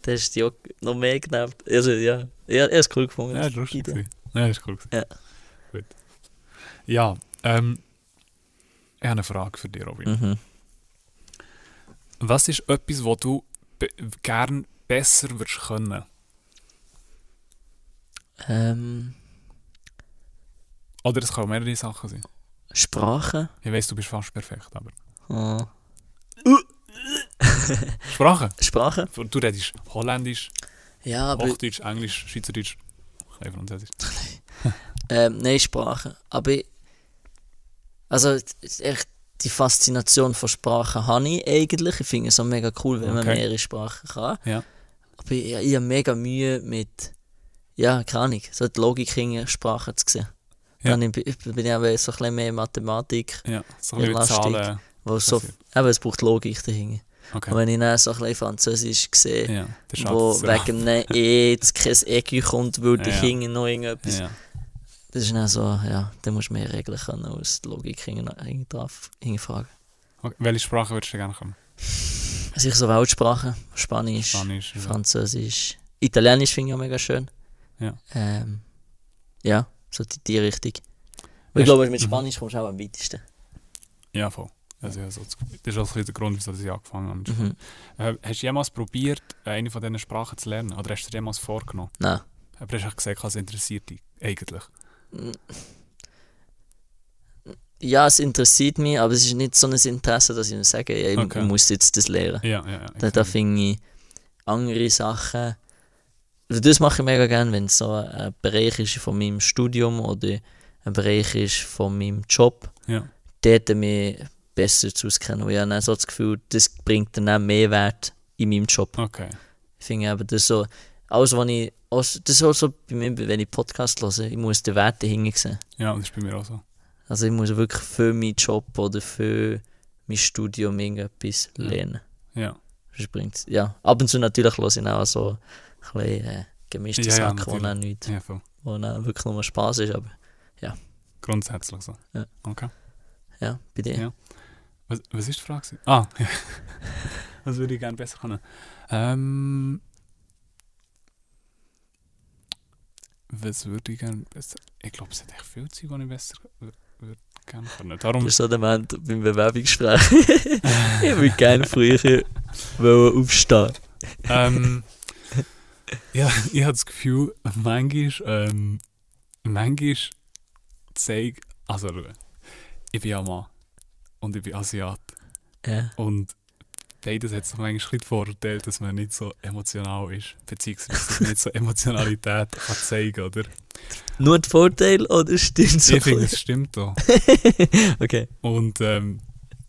S2: das ist ja noch mehr genervt. Also, ja, ja, er ist cool gefunden.
S1: Ja, das war lustig.
S2: Idee.
S1: gewesen. Ja, das war cool. gewesen.
S2: Ja.
S1: Gut. Ja, ähm, ich habe eine Frage für dich, Robin.
S2: Mhm.
S1: Was ist etwas, was du be gern besser würdest können?
S2: Ähm,
S1: Oder es können auch mehrere Sachen sein.
S2: Sprache.
S1: Ich weiß, du bist fast perfekt, aber...
S2: Oh.
S1: Sprache?
S2: Sprache?
S1: Du redest Holländisch,
S2: Ja, aber.
S1: Hochdeutsch, Englisch, Schweizerdeutsch, ein bisschen Französisch.
S2: Ähm, nein, Sprache. Aber ich, also es ist echt die Faszination von Sprachen habe ich eigentlich. Ich finde es auch mega cool, wenn man
S1: Okay.
S2: mehrere Sprachen kann.
S1: Ja.
S2: Aber ich, ich habe mega Mühe mit, ja, keine Ahnung, so die Logik in Sprachen zu sehen.
S1: Ja.
S2: Dann bin ich bin ich eben so ein bisschen mehr Mathematik,
S1: Ja, so ein bisschen
S2: Elastik.
S1: Zahlen.
S2: wo so,
S1: Passiert.
S2: eben, es braucht Logik dahinter. Und
S1: Okay.
S2: wenn ich dann so ein bisschen Französisch sehe,
S1: Ja, das schadet
S2: wo
S1: es.
S2: wegen einem E jetzt kein EQ kommt,
S1: *laughs*
S2: weil
S1: Ja,
S2: die
S1: ja.
S2: Kinder noch irgendetwas
S1: Ja.
S2: Das ist dann so, ja, da musst du mehr Regeln können als die Logik hinten- hinten drauf hinterfragen.
S1: Okay. Welche Sprache würdest du gerne können?
S2: Sicher Also so Weltsprachen, Spanisch,
S1: Spanisch. ja.
S2: Französisch, Italienisch finde ich auch mega schön.
S1: Ja.
S2: Ähm, ja, so die, die Richtung. Weil
S1: Hast-
S2: ich glaube, mit
S1: Mhm.
S2: Spanisch kommst du auch am weitesten.
S1: Ja, voll. Also, ja, so, das ist auch ein bisschen der Grund, wieso ich angefangen habe.
S2: Mhm.
S1: Äh, hast du jemals probiert, eine von diesen Sprachen zu lernen? Oder hast du dir jemals vorgenommen?
S2: Nein.
S1: Aber hast du gesagt, es interessiert dich eigentlich?
S2: Ja, es interessiert mich, aber es ist nicht so ein Interesse, dass ich mir sage, ja, ich,
S1: Okay.
S2: ich muss jetzt das lernen.
S1: Ja, ja, ja.
S2: Da, da finde ich andere Sachen. Also Das mache ich mega gerne, wenn es so ein Bereich ist von meinem Studium oder ein Bereich ist von meinem Job,
S1: Ja.
S2: dort mich besser zu auskennen. Weil ich habe dann so das Gefühl, das bringt dann auch Mehrwert in meinem Job.
S1: Okay.
S2: Ich finde eben, das so, alles, was ich, alles, das ist auch so bei mir, wenn ich Podcast höre, ich muss den Wert dahinter sehen.
S1: Ja, das ist bei mir auch so.
S2: Also ich muss wirklich für meinen Job oder für mein Studium irgendetwas
S1: Ja.
S2: lernen.
S1: Ja.
S2: Das bringt's. Ja, ab und zu natürlich höre ich auch so ein bisschen äh, gemischte
S1: Ja, ja,
S2: Sachen, wo
S1: natürlich.
S2: dann nichts,
S1: Ja, voll.
S2: wo dann wirklich nur Spaß ist, aber
S1: Grundsätzlich so.
S2: Ja.
S1: Okay.
S2: ja, bei dir.
S1: Ja. Was, was ist die Frage? gewesen? Ah, ja. *laughs* Was würde ich gerne besser können? Ähm, was würde ich gerne besser... Ich glaube, es hat echt viel Zeug, die ich besser wür- würde gerne können. Darum...
S2: Das ist so der Moment beim Bewerbungsgespräch. *laughs* ich würde
S1: *laughs*
S2: gerne früher wollen aufstehen.
S1: ähm, ja, *laughs* ich habe das Gefühl, manchmal, ähm, manchmal zeige also schau, ich bin ja Mann und ich bin Asiat
S2: Ja.
S1: und beides hat sich manchmal ein bisschen den Vorteil, dass man nicht so emotional ist, beziehungsweise dass man nicht so Emotionalität kann zeigen kann, oder?
S2: Nur ein Vorteil oder stimmt so?
S1: ich finde, es stimmt doch.
S2: okay.
S1: Und ähm,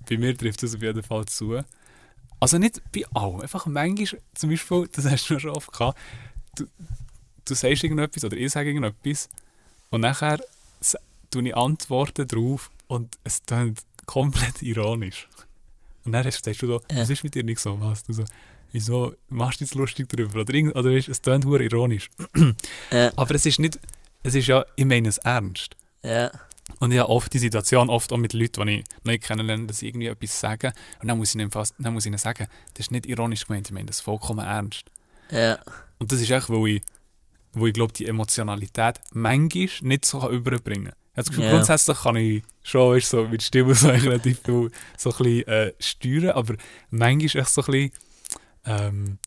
S1: bei mir trifft es auf jeden Fall zu. Also nicht bei allen, einfach manchmal, zum Beispiel, *laughs* das hast du schon oft gehabt, du, du sagst irgendetwas oder ich sage irgendetwas und nachher s- tue ich Antworten drauf und es klingt komplett ironisch. Und dann hast- sagst du so,
S2: Ja.
S1: was ist mit dir nicht so, was? Du so, wieso machst du jetzt lustig drüber? Oder, irgend- oder weisst, es klingt verdammt ironisch.
S2: Ja.
S1: Aber es ist nicht, es ist ja, ich meine es ernst.
S2: Ja.
S1: Und ich habe oft die Situation, oft auch mit Leuten, die ich neu kennenlerne, dass sie irgendwie etwas sagen. Und dann muss ich ihnen, fast, dann muss ich ihnen sagen, das ist nicht ironisch gemeint, ich meine das vollkommen ernst.
S2: Ja.
S1: Und das ist echt, wo ich, wo ich glaube, die Emotionalität manchmal nicht so kann überbringen kann. Ich habe das Gefühl,
S2: Ja.
S1: grundsätzlich kann ich schon weißt, so mit Stimme *laughs* so eigentlich relativ viel so ein bisschen, äh, steuern, aber manchmal echt so ein bisschen, ähm,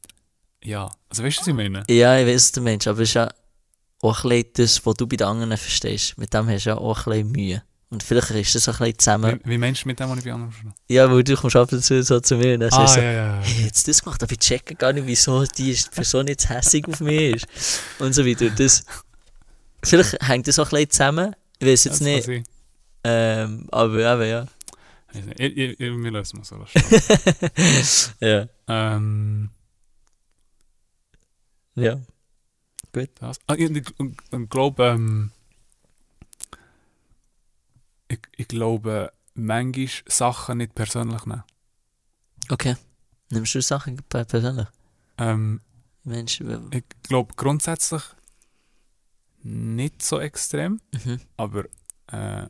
S1: ja, also weißt du, was ich meine?
S2: Ja, ich weiß, der Mensch, aber es ist ja auch ein bisschen das, was du bei den anderen verstehst. Mit dem hast du ja auch ein bisschen Mühe. Und vielleicht ist das ein bisschen zusammen.
S1: Wie, wie meinst du mit dem, was ich bei anderen schon?
S2: Ja, weil du kommst ab und zu so zu mir und dann
S1: Ah,
S2: sagst du so,
S1: ja, ja, ja.
S2: hey, jetzt das gemacht, aber ich checke gar nicht, wieso die ist- Person jetzt hässig auf mich ist. Und so weiter. Das, vielleicht hängt das auch ein bisschen zusammen. Ich weiß jetzt
S1: Das
S2: nicht.
S1: kann sein.
S2: Ähm, aber, aber ja. *laughs*
S1: Ich, Also, weiß nicht. ich, ich, ich, wir lösen es so. lass
S2: ja.
S1: Ähm,
S2: Ja.
S1: das. Ah, ich, ich, ich glaube, ähm, ich, ich glaube, manchmal Sachen nicht persönlich nehmen.
S2: Okay. Nimmst du Sachen per- persönlich?
S1: Ähm,
S2: Mensch, w-
S1: ich glaube grundsätzlich nicht so extrem,
S2: mhm.
S1: aber äh,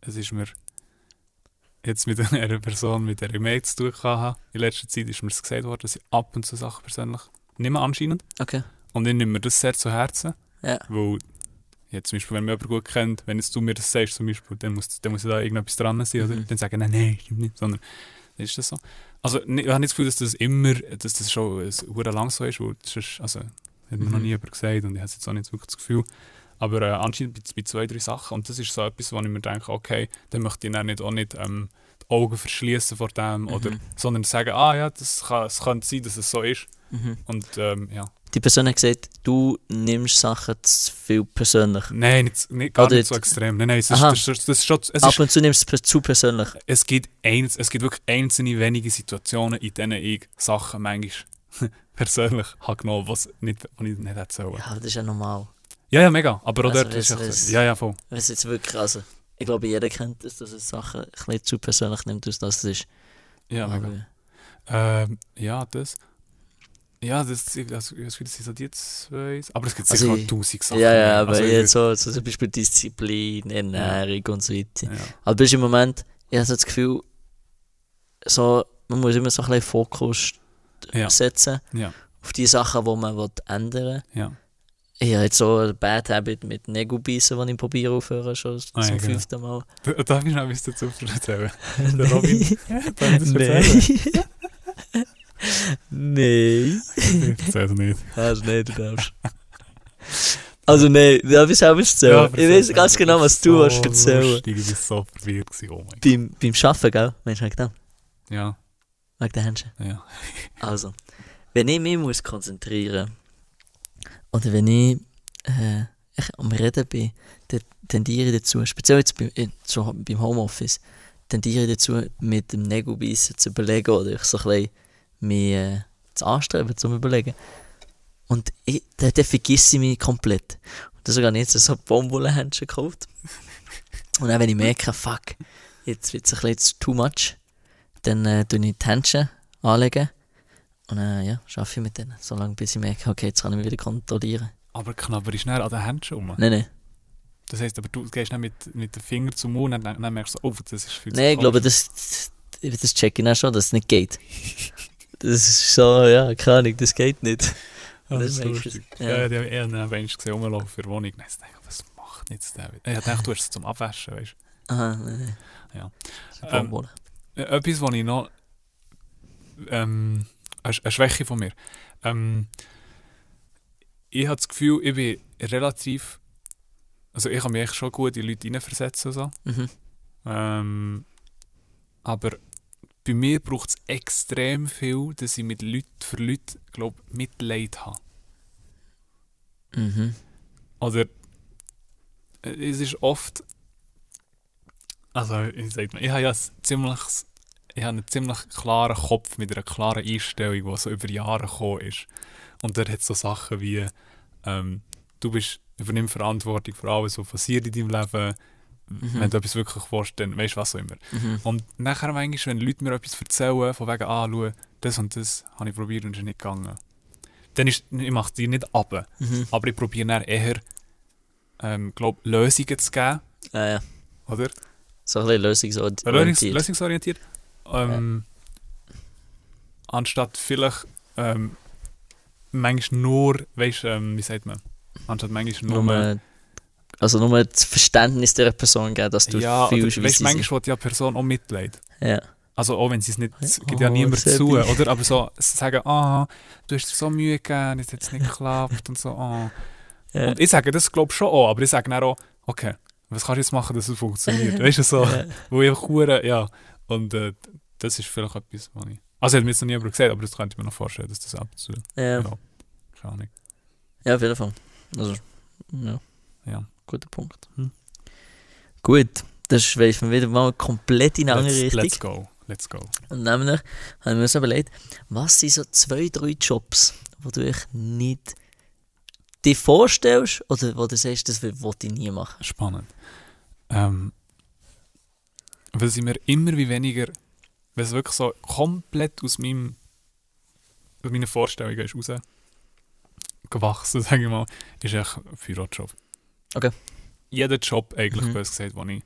S1: es ist mir jetzt mit *laughs* einer Person, mit der ich mehr zu tun hatte, in letzter Zeit ist mir das gesagt worden, dass ich ab und zu Sachen persönlich nehme anscheinend.
S2: okay.
S1: Und ich nehme mir das sehr zu Herzen.
S2: Ja.
S1: Weil, ja, zum Beispiel, wenn mich jemand gut kennt, wenn jetzt du mir das sagst, zum Beispiel, dann muss, dann muss ja da irgendetwas dran sein. Oder
S2: Mhm.
S1: dann sagen, nein, nein, stimmt nicht. Sondern, dann ist das so. Also, ni- ich habe nicht das Gefühl, dass das immer, dass das schon äh, sehr lang so ist. Weil das ist also, hat mir noch
S2: Mhm.
S1: nie jemand gesagt und ich habe jetzt auch nicht wirklich das Gefühl. Aber äh, anscheinend bei, bei zwei, drei Sachen. Und das ist so etwas, wo ich mir denke, okay, dann möchte ich dann nicht, auch nicht ähm, die Augen verschließen vor dem. Oder,
S2: Mhm.
S1: sondern sagen, ah ja, das kann, es könnte sein, dass es so ist.
S2: Mhm.
S1: Und ähm, ja.
S2: Die Person hat gesagt, du nimmst Sachen zu viel persönlich.
S1: Nein, nicht, nicht, gar
S2: Oder
S1: nicht so
S2: jetzt-
S1: extrem. Nein, nein, es, ist,
S2: Aha.
S1: das, ist- das ist schon, es,
S2: Ab
S1: ist,
S2: und zu nimmst du es zu persönlich.
S1: es, gibt eins, es gibt wirklich einzelne wenige Situationen, in denen ich Sachen manchmal *laughs* persönlich habe genommen habe, die nicht, was ich nicht hätte sollen.
S2: Ja, aber das ist ja normal.
S1: Ja, ja, mega. Aber auch
S2: Also,
S1: dort ist
S2: es- es-
S1: es... Ja, ja, voll.
S2: Wenn es jetzt wirklich, also, ich glaube, jeder kennt das, dass es Sachen ein bisschen zu persönlich nimmt, als das es ist.
S1: Ja, mega.
S2: Aber,
S1: Ähm, ja, das... Ja, das, das, das, das sind so die zwei... Aber es gibt
S2: Also
S1: sicher
S2: ich-
S1: auch tausend Sachen.
S2: ja,
S1: mehr.
S2: ja, aber
S1: Also ich
S2: jetzt so, so zum Beispiel Disziplin, Ernährung und so weiter.
S1: würde- Ja.
S2: Aber bist im Moment, ich habe so das Gefühl, so, man muss immer so ein bisschen Fokus
S1: Ja.
S2: setzen
S1: Ja.
S2: auf die Sachen, die man will ändern will.
S1: Ja.
S2: Ich habe jetzt so ein Bad Habit mit Nägelbeissen, den ich probiere aufhören, schon zum
S1: Ah, ja, genau.
S2: fünften Mal.
S1: D- Darf ich noch etwas dazu
S2: *laughs*
S1: erzählen? Der Robin... *laughs* Darf ich das erzählen?
S2: Nein. Nein.
S1: *laughs*
S2: *laughs*
S1: Ich erzähle es nicht.
S2: Also nein, du darfst. Also nein, darf ich selber erzählen?
S1: Ja, aber
S2: ich
S1: erzähl's
S2: weiß ganz
S1: mir.
S2: genau, was du
S1: so
S2: hast erzählen.
S1: lustig, Ich war so verwirrt. Gewesen. Oh mein
S2: Beim, beim Arbeiten, gell? Mensch, wegen dem,
S1: Gott. Ja,
S2: wegen den Händchen.
S1: ja.
S2: Also, wenn ich mich muss konzentrieren oder wenn ich äh, echt am Reden bin, dann tendiere ich dazu, speziell jetzt beim, in, so beim Homeoffice, tendiere ich dazu, mit dem Nägelbeissen zu überlegen oder ich so ein bisschen mich äh, zu anstreben, zu überlegen. Und ich, dann, dann vergesse ich mich komplett. Und deswegen habe ich jetzt so Baumwollenhändchen gekauft. Und dann, wenn ich merke, fuck, jetzt wird es ein bisschen jetzt too much, dann äh, tue ich die Händchen anlegen. Und äh, ja, arbeite ich mit denen, solange bis ich merke, okay, jetzt kann ich mich wieder kontrollieren.
S1: Aber knabber ist näher an den Händen rum.
S2: Nein, nein.
S1: Das heisst, aber du gehst nicht mit, mit dem Finger zum Mund und dann, dann merkst du, oh, das ist viel zu
S2: Nein, ich
S1: komisch.
S2: glaube, das, das check ich auch schon, dass es nicht geht. Das ist so, ja, keine Ahnung, das geht nicht.
S1: Ah,
S2: das
S1: ist
S2: merkst du.
S1: lustig.
S2: Ja.
S1: Ja. die haben eher einen Mensch gesehen, rumlaufen für die Wohnung. Dann dachte ich, was macht jetzt der wieder? Ich dachte, du hast es zum Abwaschen, weißt
S2: Aha, nein, nein.
S1: Ja.
S2: Das ist eine
S1: Ähm,
S2: Baumwolle.
S1: Äh, Etwas, was ich noch. Ähm, eine Sch- eine Schwäche von mir. Ähm, ich habe das Gefühl, ich bin relativ. Also, ich kann mich echt schon gut in Leute hineinversetzen. und So.
S2: Mhm.
S1: Ähm, aber bei mir braucht es extrem viel, dass ich mit Leuten, für Leute glaub, Mitleid habe.
S2: Mhm.
S1: Oder äh, es ist oft. Also, wie sagt man, ich habe ja ein ziemliches, ich habe einen ziemlich klaren Kopf mit einer klaren Einstellung, die so über Jahre gekommen ist. Und der hat so Sachen wie: ähm, Du bist, übernimm Verantwortung für alles, was passiert in deinem Leben. Wenn du etwas wirklich willst, dann weißt du was auch immer.
S2: Mhm.
S1: Und nachher manchmal, wenn Leute mir etwas erzählen, von wegen, ah, schau, das und das habe ich probiert und es ist nicht gegangen. Dann ist, ich mache es dir nicht ab.
S2: Mhm.
S1: Aber ich probiere dann eher, ähm, glaub, Lösungen zu geben,
S2: Ja, ja.
S1: oder?
S2: So ein bisschen lösungsorientiert.
S1: Äh, Lösungs lösungsorientiert. Ähm, Anstatt vielleicht, ähm, manchmal nur, weißt du, ähm, wie sagt man? Anstatt manchmal nur...
S2: nur, also nur das Verständnis der Person geben, dass du
S1: ja, oder,
S2: fühlst, wie
S1: weißt du,
S2: sie sind.
S1: manchmal hat ja die Person auch Mitleid.
S2: Ja.
S1: Also auch wenn sie es nicht, es gibt
S2: Oh,
S1: ja niemand
S2: Sebi.
S1: zu, oder? Aber so sie sagen, ah, du hast dir so Mühe gegeben, jetzt hat es nicht geklappt und so, ah.
S2: Ja.
S1: Und ich sage das glaube ich schon auch, aber ich sage dann auch, okay, was kannst du jetzt machen, dass es
S2: *laughs*
S1: funktioniert? weißt du, so,
S2: Ja.
S1: wo ich einfach hure- ja. Und äh, das ist vielleicht etwas, was ich, also hat mir jetzt noch niemand gesagt, aber das könnte ich mir noch vorstellen, dass das ab und zu, *laughs*
S2: Ja.
S1: ja, keine Ahnung.
S2: Ja, auf jeden Fall. Also, ja,
S1: Ja.
S2: guter Punkt.
S1: Hm.
S2: Gut, das schweifen wir wieder mal komplett in eine andere
S1: Let's,
S2: Richtung.
S1: let's go, let's go.
S2: Und nämlich haben wir uns überlegt, was sind so zwei, drei Jobs, wo du dich nicht dir vorstellst oder wo du sagst, das will wollte ich nie machen.
S1: Spannend. Ähm, weil sie mir immer wie weniger, weil es wirklich so komplett aus meinem aus meiner Vorstellung ist raus gewachsen, *laughs* sage ich mal, ist echt ein Bürojob.
S2: Okay.
S1: Jeder Job eigentlich,
S2: Mhm.
S1: böse gesagt, wo ich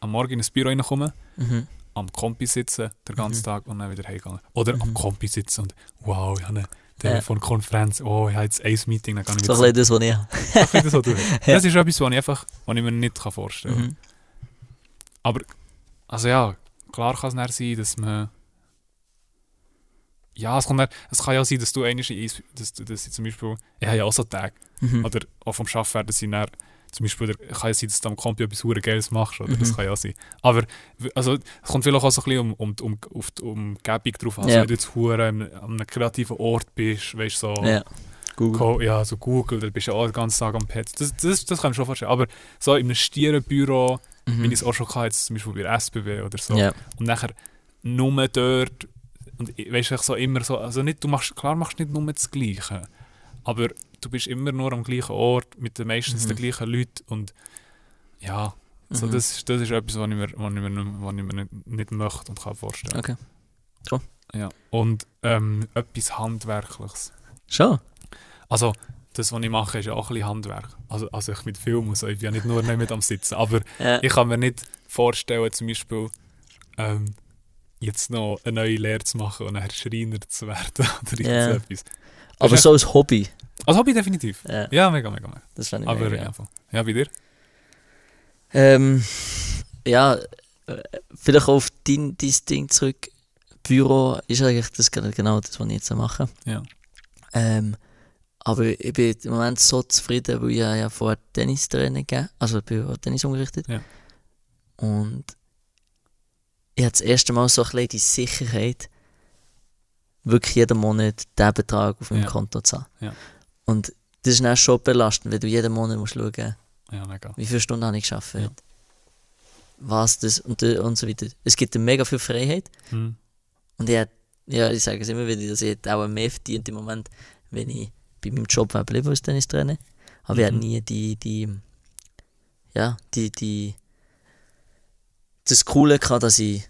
S1: am Morgen ins Büro reinkomme,
S2: Mhm.
S1: am Kompi sitzen den ganzen
S2: Mhm.
S1: Tag und dann wieder heimgegangen. Oder am
S2: Mhm. Äh.
S1: Kompi sitzen und wow, ich habe eine Telefonkonferenz, oh, ich habe jetzt ein Meeting, dann kann ich
S2: So ein
S1: wieder
S2: bisschen das, was ich habe.
S1: zurück. Das, was du
S2: *laughs*
S1: hast. das ist etwas, was ich, einfach, was ich mir nicht kann vorstellen kann.
S2: Mhm.
S1: Also ja, klar kann es dann sein, dass man. Ja, es, kommt dann, es kann ja auch sein, dass du einmal in Eis- dass, du- dass ich zum Beispiel. Ich habe ja auch so Tage.
S2: Mhm.
S1: Oder auch vom Arbeiten her, dass ich dann, zum Beispiel, der- kann ja sein, dass du am Computer etwas hure Geiles machst. Oder? Das
S2: Mhm.
S1: kann ja auch sein. Aber w- also, es kommt vielleicht auch so ein bisschen um, um, um, auf die Umgebung drauf an. Also,
S2: Ja.
S1: Wenn du jetzt hure an an einem kreativen Ort bist, weißt du, so.
S2: Ja. Google.
S1: Co- Ja, so Google, da bist du ja auch den ganzen Tag am Pad. Das, das, das kann ich mir schon vorstellen. Aber so in einem Stierenbüro,
S2: Mhm.
S1: wie ich es auch schon hatte, jetzt zum Beispiel bei der SBW oder so.
S2: Ja.
S1: Und nachher nur dort, und weißt du, so immer so, also nicht, du machst, klar machst du nicht nur das Gleiche, aber du bist immer nur am gleichen Ort mit den meistens
S2: Mhm.
S1: den gleichen Leuten und ja, so
S2: Mhm.
S1: das, ist- das ist etwas, was ich mir, was ich mir, nicht- was ich mir nicht, nicht möchte und kann vorstellen.
S2: Okay. So.
S1: Ja, und ähm, etwas Handwerkliches.
S2: Schon.
S1: Also, das, was ich mache, ist ja auch ein bisschen Handwerk. Also, also ich mit Film und so, ich bin ja nicht nur nicht am Sitzen, aber
S2: Ja.
S1: ich kann mir nicht vorstellen, zum Beispiel, ähm, jetzt noch eine neue Lehre zu machen und nachher Schreiner zu werden *laughs* oder
S2: Ja.
S1: irgendetwas.
S2: Aber so als Hobby.
S1: Also Hobby definitiv.
S2: Ja,
S1: Ja, mega, mega, mega.
S2: das fände ich
S1: Aber
S2: mega,
S1: ja.
S2: ja.
S1: voll. ja, bei dir?
S2: Ähm, ja, äh, vielleicht auch auf dein, dein Ding zurück. Büro ist eigentlich das, ge- genau das, was ich jetzt mache.
S1: Ja.
S2: Ähm, aber ich bin im Moment so zufrieden, weil ich habe ja vorher Tennistraining gegeben Also ich bin auch Tennis umgerichtet.
S1: Ja.
S2: Und ich habe das erste Mal so ein bisschen die Sicherheit, wirklich jeden Monat diesen Betrag auf meinem
S1: Ja.
S2: Konto zu haben.
S1: Ja.
S2: Und Das ist dann schon belastend, wenn du jeden Monat musst schauen musst,
S1: Ja, mega.
S2: wie viele Stunden habe ich geschafft.
S1: Ja.
S2: Was das und, und so weiter. Es gibt dir mega viel Freiheit.
S1: Hm.
S2: Und ich hätte, ja, ich sage es immer wieder, dass ich hätte auch mehr verdient im Moment, wenn ich bei meinem Job wäre bleiben als Tennistrainer. Aber ich hätte
S1: Mhm.
S2: nie die, die, ja, die, die, das Coole gehabt, dass ich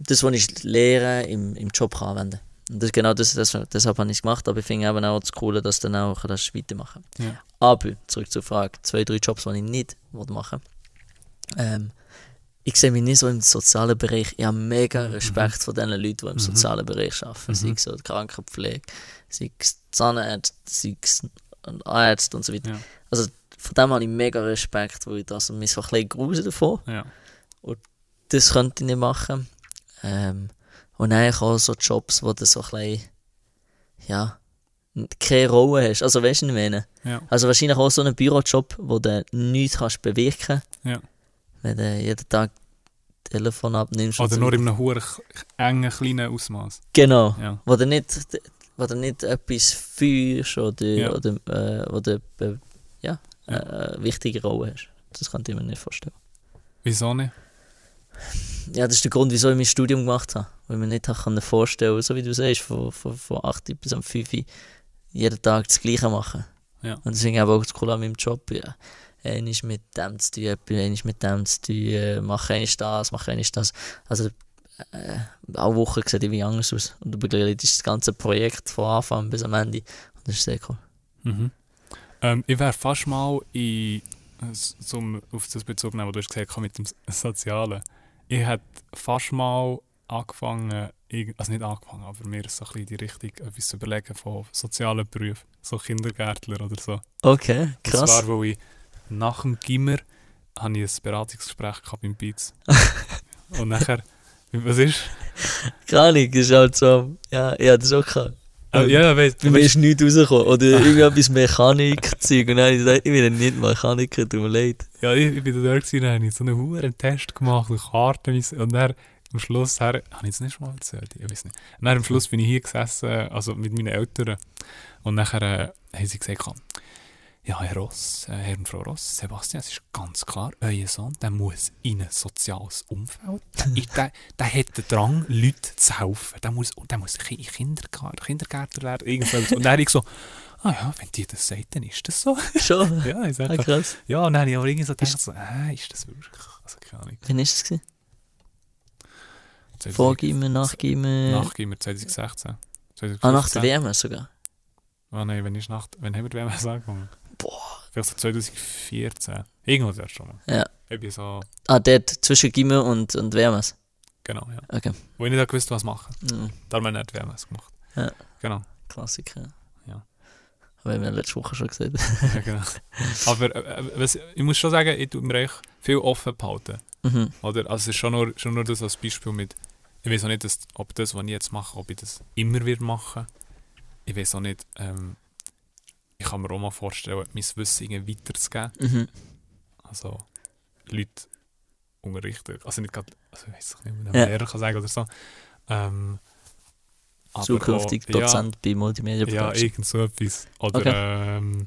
S2: das, was ich lehre, im, im Job kann anwenden Und das, genau das, das, deshalb habe ich es gemacht, aber ich finde eben auch das Coole, dass du dann auch das weitermachen kannst.
S1: Ja.
S2: Aber, zurück zur Frage, zwei, drei Jobs, die ich nicht will machen ähm, ich sehe mich nicht so im sozialen Bereich. Ich habe mega
S1: Mhm.
S2: Respekt vor den Leuten, die im sozialen Bereich arbeiten. Sei es so die Krankenpflege, sei es Zahnärzte, sei es ein Arzt und so weiter.
S1: Ja.
S2: Also von dem habe ich mega Respekt, weil ich das mich so ein bisschen grusen davon.
S1: Ja.
S2: Das könnte ich nicht machen. Ähm, und dann habe ich auch so Jobs, wo du so ein bisschen, ja, keine Rolle hast. Also weißt du, was ich meine?
S1: Ja.
S2: Also wahrscheinlich auch so einen Bürojob, wo du nichts kannst bewirken
S1: Ja.
S2: Wenn du jeden Tag Telefon abnimmst. und
S1: Oder
S2: so
S1: nur
S2: weiter.
S1: in einem hohen, engen, kleinen Ausmaß.
S2: Genau.
S1: Ja.
S2: Wo du nicht, wo du nicht etwas führst oder,
S1: Ja.
S2: oder, äh, oder äh, ja,
S1: Ja.
S2: Äh, wichtige Rolle hast. Das kann ich mir nicht vorstellen.
S1: Wieso nicht?
S2: Ja, das ist der Grund, wieso ich mein Studium gemacht habe. Weil ich mir nicht habe können vorstellen konnte, so wie du sagst, von, von, von 8 Uhr bis um 5 Uhr jeden Tag das Gleiche machen.
S1: Ja.
S2: Und deswegen habe ich auch das Coole an meinem Job. Ja. Einer ist mit dem zu tun, etwas, einer ist mit dem zu tun, äh, mache eines das, mache eines das. Also, äh, alle Wochen sieht irgendwie anders aus. Und du begleitest das ganze Projekt von Anfang bis am Ende. Und das ist sehr cool.
S1: Mhm. Ähm, ich wäre fast mal in, s- zum, auf das Bezug nehmen, was du hast gesagt hast mit dem S- Sozialen. Ich hätte fast mal angefangen, irg- also nicht angefangen, aber mir so ein bisschen in die Richtung äh, etwas zu überlegen von sozialen Berufen, so Kindergärtler oder so.
S2: Okay,
S1: Das
S2: krass.
S1: war, wo ich nach dem Gimmer habe ich ein Beratungsgespräch gehabt beim Beats. Und nachher, was ist? Äh,
S2: Gar nicht, das ist halt so. Ja, ja das ist auch klar.
S1: Äh, ja, weißt
S2: Bei mir ist nichts rausgekommen. Oder
S1: Ah.
S2: irgendetwas Mechanik-Zeug. Und dann habe ich gesagt, ich will nicht Mechaniker, tut mir leid.
S1: Ja, ich, ich bin da gewesen, dann habe ich so einen hohen Test gemacht und Karten müssen- und dann am Schluss her, habe ich es nicht schon mal erzählt, ich weiß nicht. Und dann am Schluss bin ich hier gesessen, also mit meinen Eltern und nachher äh, haben sie gesagt, ja, Herr Ross, äh, Herr und Frau Ross, Sebastian, es ist ganz klar, euer Sohn, der muss in ein soziales Umfeld. Der, ich- der, der hat den Drang, Leuten zu helfen. Der muss, der muss Ki- Kindergarten, Kindergärtner werden, irgendwas. Und dann habe ich so, ah ja, wenn die das sagt, dann ist das so. *laughs*
S2: Schon?
S1: ja, ich sage,
S2: Ah, krass.
S1: ja, und dann habe ich aber irgendwie so gedacht, so, äh, ist das wirklich? Also keine Ahnung.
S2: Wann war das? gewesen? Vorgeben,
S1: 2016,
S2: nachgeben.
S1: Nachgeben wir 2016. 2015.
S2: Ah, nach der WM sogar.
S1: Ah nein, wenn ist nach, wenn haben wir WMS angefangen? Boah. Vielleicht so 2014. Irgendwo dort schon mal.
S2: Ja.
S1: Ich bin so,
S2: Ah, dort, zwischen Gimme und, und WMS.
S1: genau, ja.
S2: Okay.
S1: Wo ich nicht auch gewusst was machen.
S2: Mhm.
S1: Da haben wir nicht WMS gemacht.
S2: Ja.
S1: Genau.
S2: Klassiker.
S1: Ja.
S2: Haben wir ja letzte Woche schon gesagt. *laughs*
S1: Ja, genau. Aber äh, äh, was, ich muss schon sagen, ich tue mir echt viel offen behalten.
S2: mhm.
S1: Oder? Also es ist schon nur, schon nur das als Beispiel mit, ich weiß auch nicht, dass, ob das, was ich jetzt mache, ob ich das immer wieder mache. Ich weiß auch nicht, ähm, ich kann mir auch mal vorstellen, mein Wissen irgendwie weiterzugeben.
S2: Mhm.
S1: Also Leute unterrichten, also nicht gerade, also ich weiß es nicht, wenn
S2: Ja.
S1: ja. Lehrer kann sagen oder so. Ähm, aber
S2: Zukünftig
S1: auch-
S2: Dozent bei Multimedia
S1: Ja, ja
S2: Production.
S1: irgend so etwas. Oder
S2: Okay.
S1: ähm,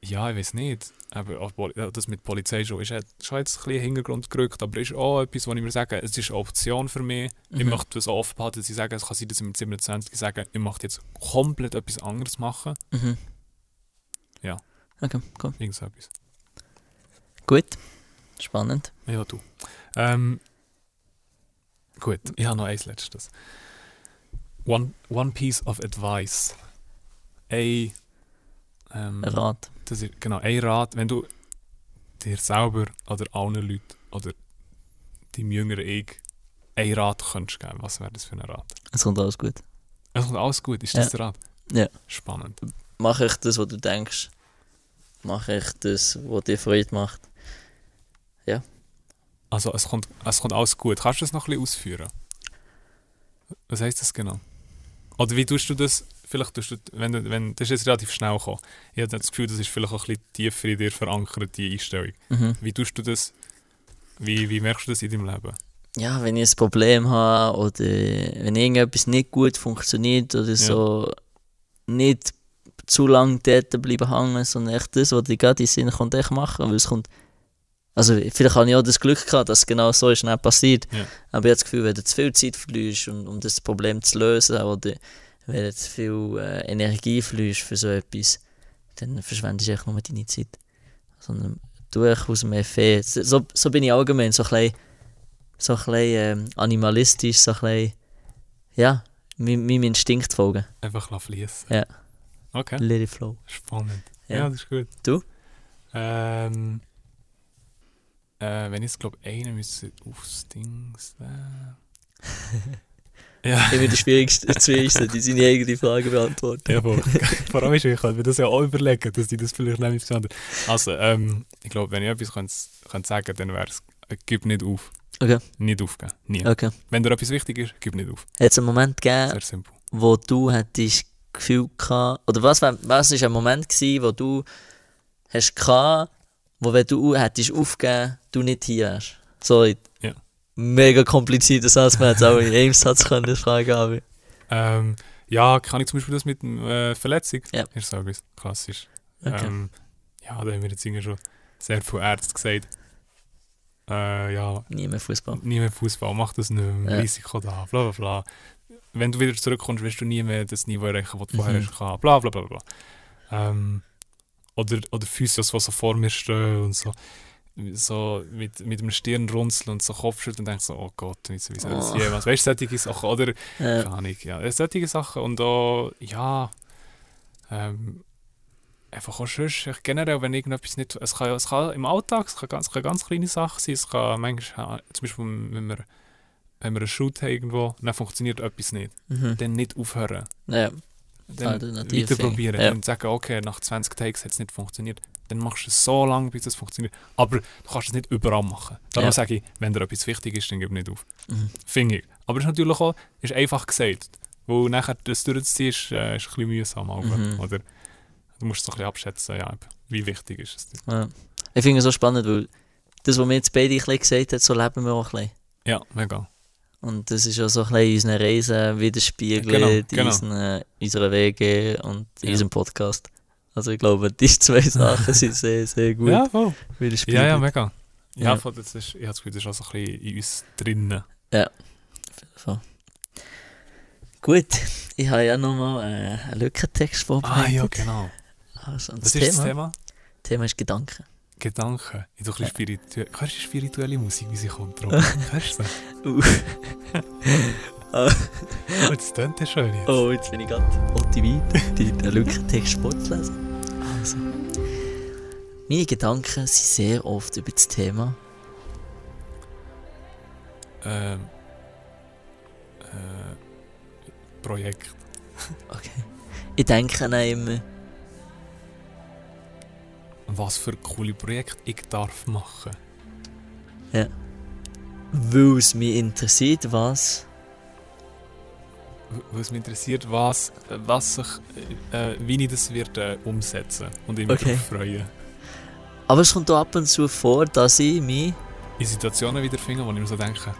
S1: ja, ich weiß nicht. Aber auch Poli- ja, das mit Polizei schon ist halt schon jetzt ein bisschen in den Hintergrund gerückt, aber ist auch etwas, wo ich mir sage, es ist eine Option für mich. Ich
S2: Mhm.
S1: möchte das auch offen behalten, dass ich sage, es kann sein, dass ich mit 27 sage, ich möchte jetzt komplett etwas anderes machen.
S2: Mhm.
S1: Ja.
S2: Okay, cool.
S1: Irgend so etwas.
S2: Gut. Spannend.
S1: Ja, du. Ähm, gut, ich habe noch eins letztes. One, one piece of advice. Ein ähm,
S2: Rat.
S1: Das ist, genau, ein Rat, wenn du dir selber oder allen Leuten oder deinem jüngeren Ich einen Rat könntest geben, was wäre das für ein Rat?
S2: Es kommt alles gut.
S1: Es kommt alles gut, ist das
S2: Ja.
S1: der Rat?
S2: Ja.
S1: Spannend.
S2: mache ich das, was du denkst. Mache ich das, was dir Freude macht.
S1: Also es kommt, es kommt alles gut. Kannst du das noch ein bisschen ausführen? Was heisst das genau? Oder wie tust du das, vielleicht tust du, wenn du, wenn, das ist jetzt relativ schnell gekommen. Ich habe das Gefühl, das ist vielleicht auch ein bisschen tiefer in dir verankert, die Einstellung.
S2: Mhm.
S1: Wie tust du das, wie, wie merkst du das in deinem Leben?
S2: Ja, wenn ich ein Problem habe oder wenn irgendetwas nicht gut funktioniert oder so nicht zu lange dort bleiben hängen, sondern echt das, was dir gerade in den Sinn kommt, echt machen. Weil es kommt, also vielleicht habe ich auch das Glück gehabt, dass es genau so ist nicht passiert.
S1: Ja.
S2: Aber ich habe das Gefühl, wenn du zu viel Zeit verlierst, um, um das Problem zu lösen, oder wenn du zu viel äh, Energie verlierst für so etwas, dann verschwendest du echt nur deine Zeit. Sondern durchaus mehr Fehler. E. So, so bin ich allgemein, so ein bisschen, so ein bisschen ähm, animalistisch, so ein bisschen, ja, meinem meinem Instinkt folgen.
S1: Einfach lassen fließen.
S2: Ja.
S1: Okay,
S2: Let it flow.
S1: spannend. Ja.
S2: Ja.
S1: das ist gut.
S2: Du?
S1: Ähm, äh, wenn ich es, glaube einen müsste aufs Ding wäre. ja.
S2: Immer die schwierigste, die schwierigste, die seine eigene Frage beantworten.
S1: Ja, voll. *laughs* Vor allem ist ich könnte mir das ja auch überlegen, dass die das vielleicht nicht miteinander. Also, ähm, ich glaube, wenn ich etwas könnte, könnte sagen dann wäre es, äh, gib nicht auf.
S2: Okay.
S1: Nicht aufgeben. Nie.
S2: Okay.
S1: Wenn dir etwas wichtig ist, gib nicht auf.
S2: Hat es einen Moment gegeben,
S1: Sehr simpel.
S2: wo du hättest Gefühl gehabt, oder was war was ist ein Moment gewesen, wo du hast gehabt, wo wenn du hättest aufgegeben, du nicht hier wärst? So, in-
S1: Ja.
S2: mega komplizierter Satz, man hätte es auch in einem Satz können fragen aber
S1: Ähm, ja, kann ich zum Beispiel das mit dem, äh, Verletzung?
S2: Ja.
S1: Ich sage es klassisch.
S2: Okay.
S1: Ähm, ja, da haben wir jetzt irgendwie schon sehr viele Ärzte gesagt. Äh, ja,
S2: nie mehr Fußball.
S1: nie mehr Fußball, mach das nicht mehr,
S2: Ja.
S1: Risiko da, bla bla bla. Wenn du wieder zurückkommst, wirst du nie mehr das Niveau erreichen, das du
S2: Mhm.
S1: vorher hast gehabt, bla bla bla bla. Ähm, oder, oder Physios, die so vor mir stehen und so, so mit, mit dem Stirnrunzeln und so Kopfschütteln und denkst so, oh Gott, wie soll das
S2: Oh.
S1: jemals? Weißt du, solche Sachen, oder?
S2: Äh,
S1: Keine Ahnung, ja. Äh, Solche Sachen und auch, ja, ähm, einfach auch sonst, ich generell, wenn irgendetwas nicht, es kann, es kann im Alltag, es kann ganz, es kann ganz kleine Sachen sein, es kann manchmal, äh, zum Beispiel, wenn wir, wenn wir einen Shoot haben irgendwo, dann funktioniert etwas nicht,
S2: mhm.
S1: dann nicht aufhören,
S2: ja,
S1: dann
S2: Alternativ
S1: weiter probieren
S2: finden, ja.
S1: und sagen, okay, nach 20 Takes hat es nicht funktioniert, dann machst du es so lange, bis es funktioniert, aber du kannst es nicht überall machen. Darum
S2: Ja.
S1: sage ich, wenn dir etwas wichtig ist, dann gib nicht auf.
S2: mhm.
S1: Finde ich. Aber es ist natürlich auch ist einfach gesagt. Weil nachher das durchzuziehen ist, äh, ist ein bisschen mühsam. Aber,
S2: Mhm.
S1: oder? Du musst so ein bisschen abschätzen, ja, eben, wie wichtig ist es dir.
S2: ja. Ich finde es so spannend, weil das, was mir jetzt beide ein bisschen gesagt hat, so leben wir auch ein bisschen.
S1: Ja, mega.
S2: Und das ist ja so ein bisschen in unseren Reisen widerspiegelt,
S1: Genau,
S2: in
S1: genau.
S2: unseren, äh, unserer WG und in
S1: Ja.
S2: unserem Podcast. Also ich glaube, diese *laughs* zwei Sachen sind sehr, sehr gut
S1: Ja, voll.
S2: widerspiegelt.
S1: Ja, ja, mega. Ja,
S2: Ja.
S1: Voll, das ist, ich habe das Gefühl, das ist auch so ein bisschen in uns drinnen.
S2: So. Gut, ich habe ja nochmal äh, einen Lückentext vorbereitet.
S1: Ah ja, genau.
S2: Also, und
S1: Was
S2: das
S1: ist
S2: Thema,
S1: das
S2: Thema?
S1: Thema?
S2: ist Gedanken. *laughs*
S1: Gedanken. Ich so ein bisschen
S2: Ja.
S1: spirituell. Hörst du spirituelle Musik, wie sie kommt? Rob?
S2: *laughs*
S1: Hörst du das?
S2: Uh. Ah.
S1: Oh, das tönt ja schön jetzt.
S2: Oh, jetzt bin ich gerade motiviert, den den Lückentext Sport zu lesen. Also. Meine Gedanken sind sehr oft über das Thema
S1: Ähm, äh, Projekt.
S2: Okay. Ich denke dann immer,
S1: Was für coole Projekte ich darf machen.
S2: weil es mich interessiert, was.
S1: W- weil es mich interessiert, was, was sich, äh, äh, wie ich das wird, äh, umsetzen und ich mich
S2: Okay.
S1: darauf freuen.
S2: Aber es kommt auch ab und zu vor, dass ich mich.
S1: In Situationen wiederfinden, wo ich mir so denke,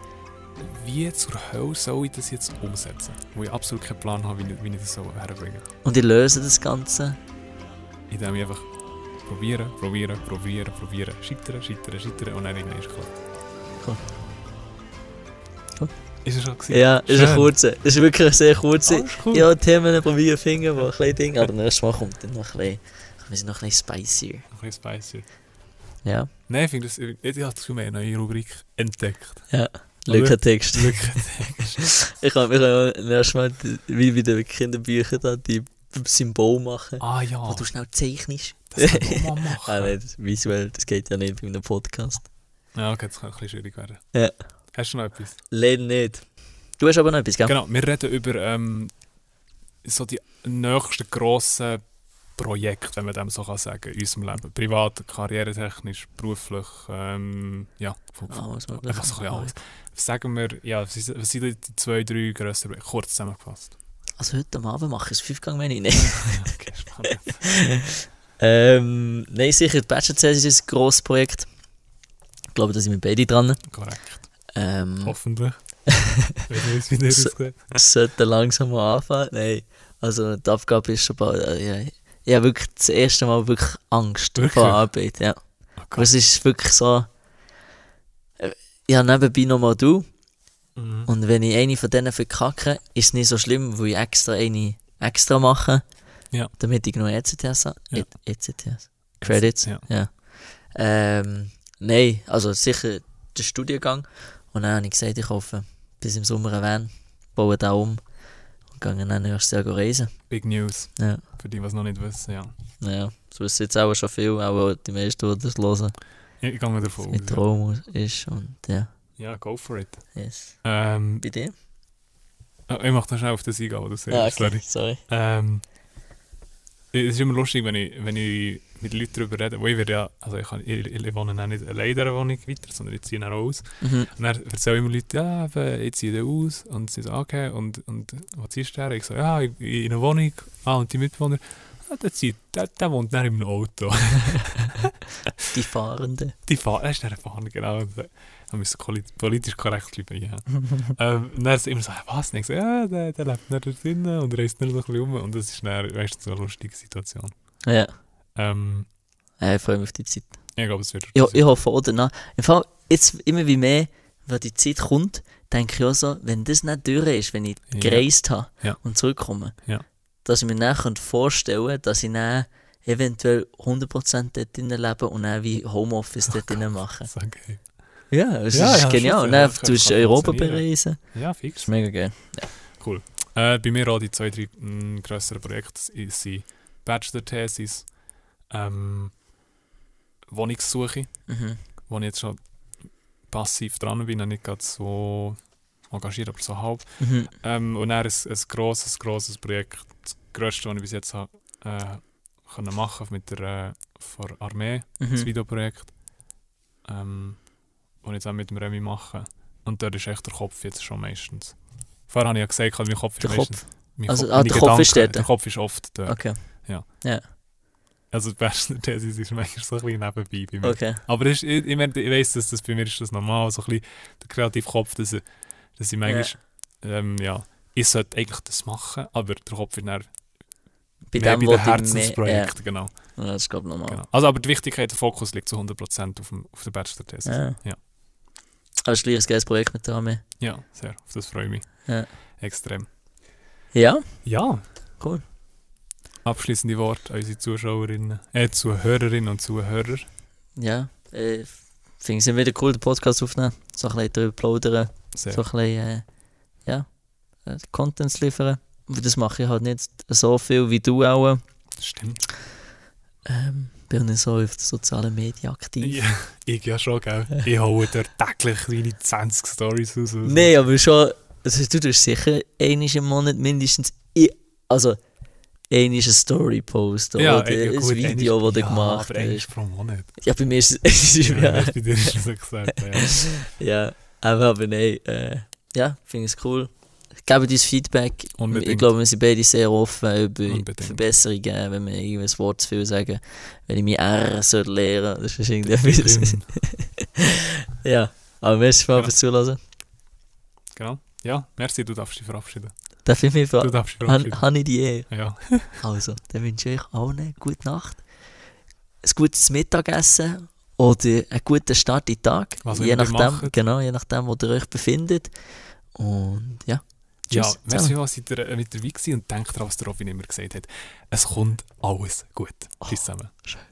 S1: wie zur Hölle soll ich das jetzt umsetzen? Wo ich absolut keinen Plan habe, wie, ich- wie ich das so herbringe.
S2: Und ich löse das Ganze.
S1: Indem ich einfach probieren, probieren, probieren, probieren, scheitern, scheitern, scheitern und dann irgendwann ist es klar.
S2: Cool. Cool.
S1: Ist es schon gewesen?
S2: Ja, ist ein
S1: Schön.
S2: kurzer. Ist wirklich ein sehr kurzer.
S1: Alles cool.
S2: Ja, Themen probieren finden, die ein bisschen Ding. Aber nächstes Mal kommt dann noch ein bisschen. Wir sind noch ein bisschen spicier.
S1: Ein bisschen spicier.
S2: Ja.
S1: Nein, ich finde das, ich, ich habe das Gefühl, wir haben eine neue Rubrik entdeckt.
S2: Lückentext.
S1: Glück.
S2: Ich kann mich auch nächstes Mal, wie bei den Kinderbüchern, da die Symbol machen.
S1: Ah ja,
S2: Wo du schnell zeichnest.
S1: das kann ich auch mal machen.
S2: Ah, nein, das- visuell, das geht ja nicht bei einem Podcast.
S1: Ja, okay, das kann ein bisschen schwierig werden.
S2: Ja.
S1: Hast du noch etwas?
S2: Leider nicht. Du hast aber noch etwas, gell?
S1: Genau, wir reden über ähm, so die nächsten grossen Projekte, wenn man dem so kann sagen in unserem Leben. Privat, karrieretechnisch, beruflich, ähm, ja. von- von-
S2: Alles Mögliche.
S1: Einfach so ein bisschen alles. Sagen wir, ja, was sind- was sind die zwei, drei grösser Projekte? Kurz
S2: *laughs*
S1: zusammengefasst.
S2: Also heute am Abend mache ich es fünf Gang Menü nicht.
S1: Okay, spannend.
S2: ähm, nein, sicher, die Bachelor-These ist ein grosses Projekt. Ich glaube, da sind wir beide dran.
S1: Korrekt.
S2: Ähm,
S1: Hoffentlich.
S2: *laughs*
S1: Wenn wir es wieder
S2: So-
S1: aussehen.
S2: sollte langsam mal anfangen. Nein, also die Abgabe ist schon bald. Äh, ja, ich habe wirklich das erste Mal wirklich Angst
S1: Wirklich?
S2: vor Arbeit. Ja.
S1: Oh
S2: Aber es ist wirklich so. äh, Ich habe nebenbei nochmal du.
S1: Mhm.
S2: Und wenn ich eine von denen verkacke, ist es nicht so schlimm, weil ich extra eine extra mache,
S1: Ja.
S2: damit ich genug ECTS habe.
S1: Ja.
S2: E- ECTS. Credits.
S1: Ja.
S2: Ja. Ähm, nein, also sicher der Studiengang. Und dann habe ich gesagt, ich hoffe, bis im Sommer einen Van, baue da um und gehe dann nächstes Jahr reisen.
S1: Big News.
S2: Ja.
S1: Für die, die es noch nicht wissen, ja.
S2: Ja, das wissen jetzt auch schon viel, aber die meisten, die das hören,
S1: Ich, ich gehe
S2: dass
S1: davon
S2: mein
S1: aus.
S2: Traum ist und ja.
S1: Ja, go for it.
S2: Yes.
S1: Ähm,
S2: Bei dir?
S1: ah, ich mache das schnell auf das eingehen, oder?
S2: Ja, okay.
S1: dus, eh, Sorry. eh,
S2: Sorry.
S1: Ähm, es ist immer lustig, wenn ich, wenn ich mit Leuten darüber rede, weil ich werde ja, also ich, kann, ich, ich wohne dann nicht alleine in der Wohnung weiter, sondern ich ziehe dann auch aus.
S2: Mhm.
S1: Und dann erzählen immer Leute, ja, eben, ich ziehe da aus. Und sie so, okay, und, und was ziehst du her? Ich so, ja, in in einer Wohnung. Ah, und die Mitbewohner, ah, der, zieht, der, der wohnt dann im Auto.
S2: Die Fahrenden.
S1: Die Fahrt, das ist dann eine Fahne, genau. Und so, Da müssen wir politisch korrekt bleiben, ja. ähm, und dann ist immer so, «Ah, was? Und ich so, ja, der, der lebt nicht da drinnen und reist nicht so ein bisschen rum. Und das ist dann, weißt du, so eine lustige Situation.
S2: Ja.
S1: Ähm,
S2: Ja, ich freue mich auf die Zeit. Also
S1: ich glaube, es wird...
S2: Ich, ich hoffe auch danach. Im Fall, jetzt immer wie mehr, wenn die Zeit kommt, denke ich auch so, wenn das nicht durch ist, wenn ich
S1: Ja.
S2: gereist habe
S1: Ja.
S2: und zurückkomme,
S1: Ja.
S2: dass ich mir dann könnte vorstellen könnte, dass ich dann eventuell 100% dort drin lebe und dann wie Homeoffice dort drin mache.
S1: Das ist okay.
S2: Ja, das
S1: Oh Ja,
S2: ist
S1: ja,
S2: genial.
S1: schon,
S2: Und
S1: ja,
S2: dann
S1: das kann-
S2: tust du
S1: kann
S2: Europa
S1: funktionieren.
S2: bereisen.
S1: Ja,
S2: Das
S1: fix.
S2: ist mega geil.
S1: Äh, bei mir auch die zwei, drei mh, grösseren Projekte sind- sind Bachelor-Thesis, ähm, Wohnungssuche,
S2: Mhm.
S1: wo ich jetzt schon passiv dran bin, nicht gerade so engagiert, aber so halb.
S2: Mhm.
S1: Ähm, und dann ein, ein grosses, grosses Projekt, das grösste, was ich bis jetzt habe, äh, können machen mit der äh, von der Armee, das
S2: Mhm.
S1: Videoprojekt, ähm, das ich jetzt auch mit dem Remy mache. Und dort ist echt der Kopf jetzt schon meistens. Vorher habe ich ja gesagt, also mein Kopf ist
S2: Der
S1: meistens...
S2: Kopf.
S1: Mein
S2: Also,
S1: Kopf-
S2: ah,
S1: meine
S2: der Kopf ist
S1: Gedanken-
S2: dort? Ah.
S1: Der Kopf ist oft dort.
S2: Okay,
S1: Also *laughs* die beste Thesis ist manchmal so ein bisschen nebenbei bei mir.
S2: okay.
S1: Aber es ist, ich, ich, merke- ich weiss, dass das bei mir ist das normal, so ein bisschen der kreative Kopf, dass, ich- dass ich manchmal, ähm, ja, ich sollte eigentlich das machen, aber der Kopf wird dann
S2: Bei
S1: mehr
S2: dem,
S1: bei den
S2: wo du mehr... Ja,
S1: Herzensprojekten, genau,
S2: das ist glaube ich normal.
S1: genau. Also aber die Wichtigkeit, der Fokus liegt zu 100% auf, dem, auf der Bachelor-Thesis.
S2: Ja.
S1: Ja.
S2: Aber es ist gleich ein geiles Projekt mit der Armee.
S1: Ja, sehr, auf das freue ich mich.
S2: Ja.
S1: Extrem.
S2: Ja,
S1: Ja.
S2: Cool.
S1: Abschließende Worte an unsere Zuschauerinnen, äh, Zuhörerinnen und Zuhörer.
S2: ja. Äh, Finde es immer wieder cool, den Podcast aufnehmen. So ein bisschen drüber plaudern.
S1: Sehr.
S2: So ein bisschen, äh, ja, äh, Contents dus liefern. Aber Das mache ich halt nicht so viel wie du auch.
S1: Stimmt.
S2: Ähm, bin auch nicht so auf den sozialen Medien aktiv.
S1: Ja, *laughs* ich ja schon, gell? Ich hole dir täglich meine 20 Stories raus.
S2: Nein, aber schon, also du tust sicher einmal im Monat mindestens, i- also einmal eine Story posten
S1: Ja,
S2: oder
S1: ey, ja,
S2: ein
S1: gut,
S2: Video, das
S1: einmal-
S2: du
S1: ja,
S2: gemacht
S1: aber einmal
S2: hast.
S1: pro
S2: *laughs*
S1: Monat.
S2: dus. Ja, bei mir ist es... ja.
S1: Bei dir ist es so gesagt,
S2: *laughs*
S1: ja.
S2: Ja, aber, aber nein, äh, ja, finde es cool. Gebt uns dus Feedback.
S1: Unbedingt.
S2: Ich glaube, wir sind beide sehr offen über
S1: Unbedingt.
S2: Verbesserungen, wenn wir irgendwas Wort zu viel sagen. Wenn ich mein R dus sollte lernen, das ist irgendwie
S1: Drin.
S2: Ja, aber merci mal
S1: Ja.
S2: fürs Zulassen.
S1: Genau. Ja, merci, du darfst dich verabschieden.
S2: Darf ich mich
S1: Du
S2: fragen?
S1: darfst dich verabschieden.
S2: Habe ich die Ehre?
S1: Ja,
S2: Also, dann wünsche ich euch allen eine gute Nacht, ein gutes Mittagessen oder einen guten Start in den Tag.
S1: Was auch
S2: je
S1: immer ihr
S2: nachdem,
S1: macht.
S2: genau, je nachdem, wo ihr euch befindet. Und ja.
S1: ja
S2: Tschüss
S1: merci, was ihr äh,
S2: Oh.
S1: mit dabei gewesen und denkt daran, was der Robin immer gesagt hat. Es kommt alles gut. Tschüss zusammen.
S2: schön.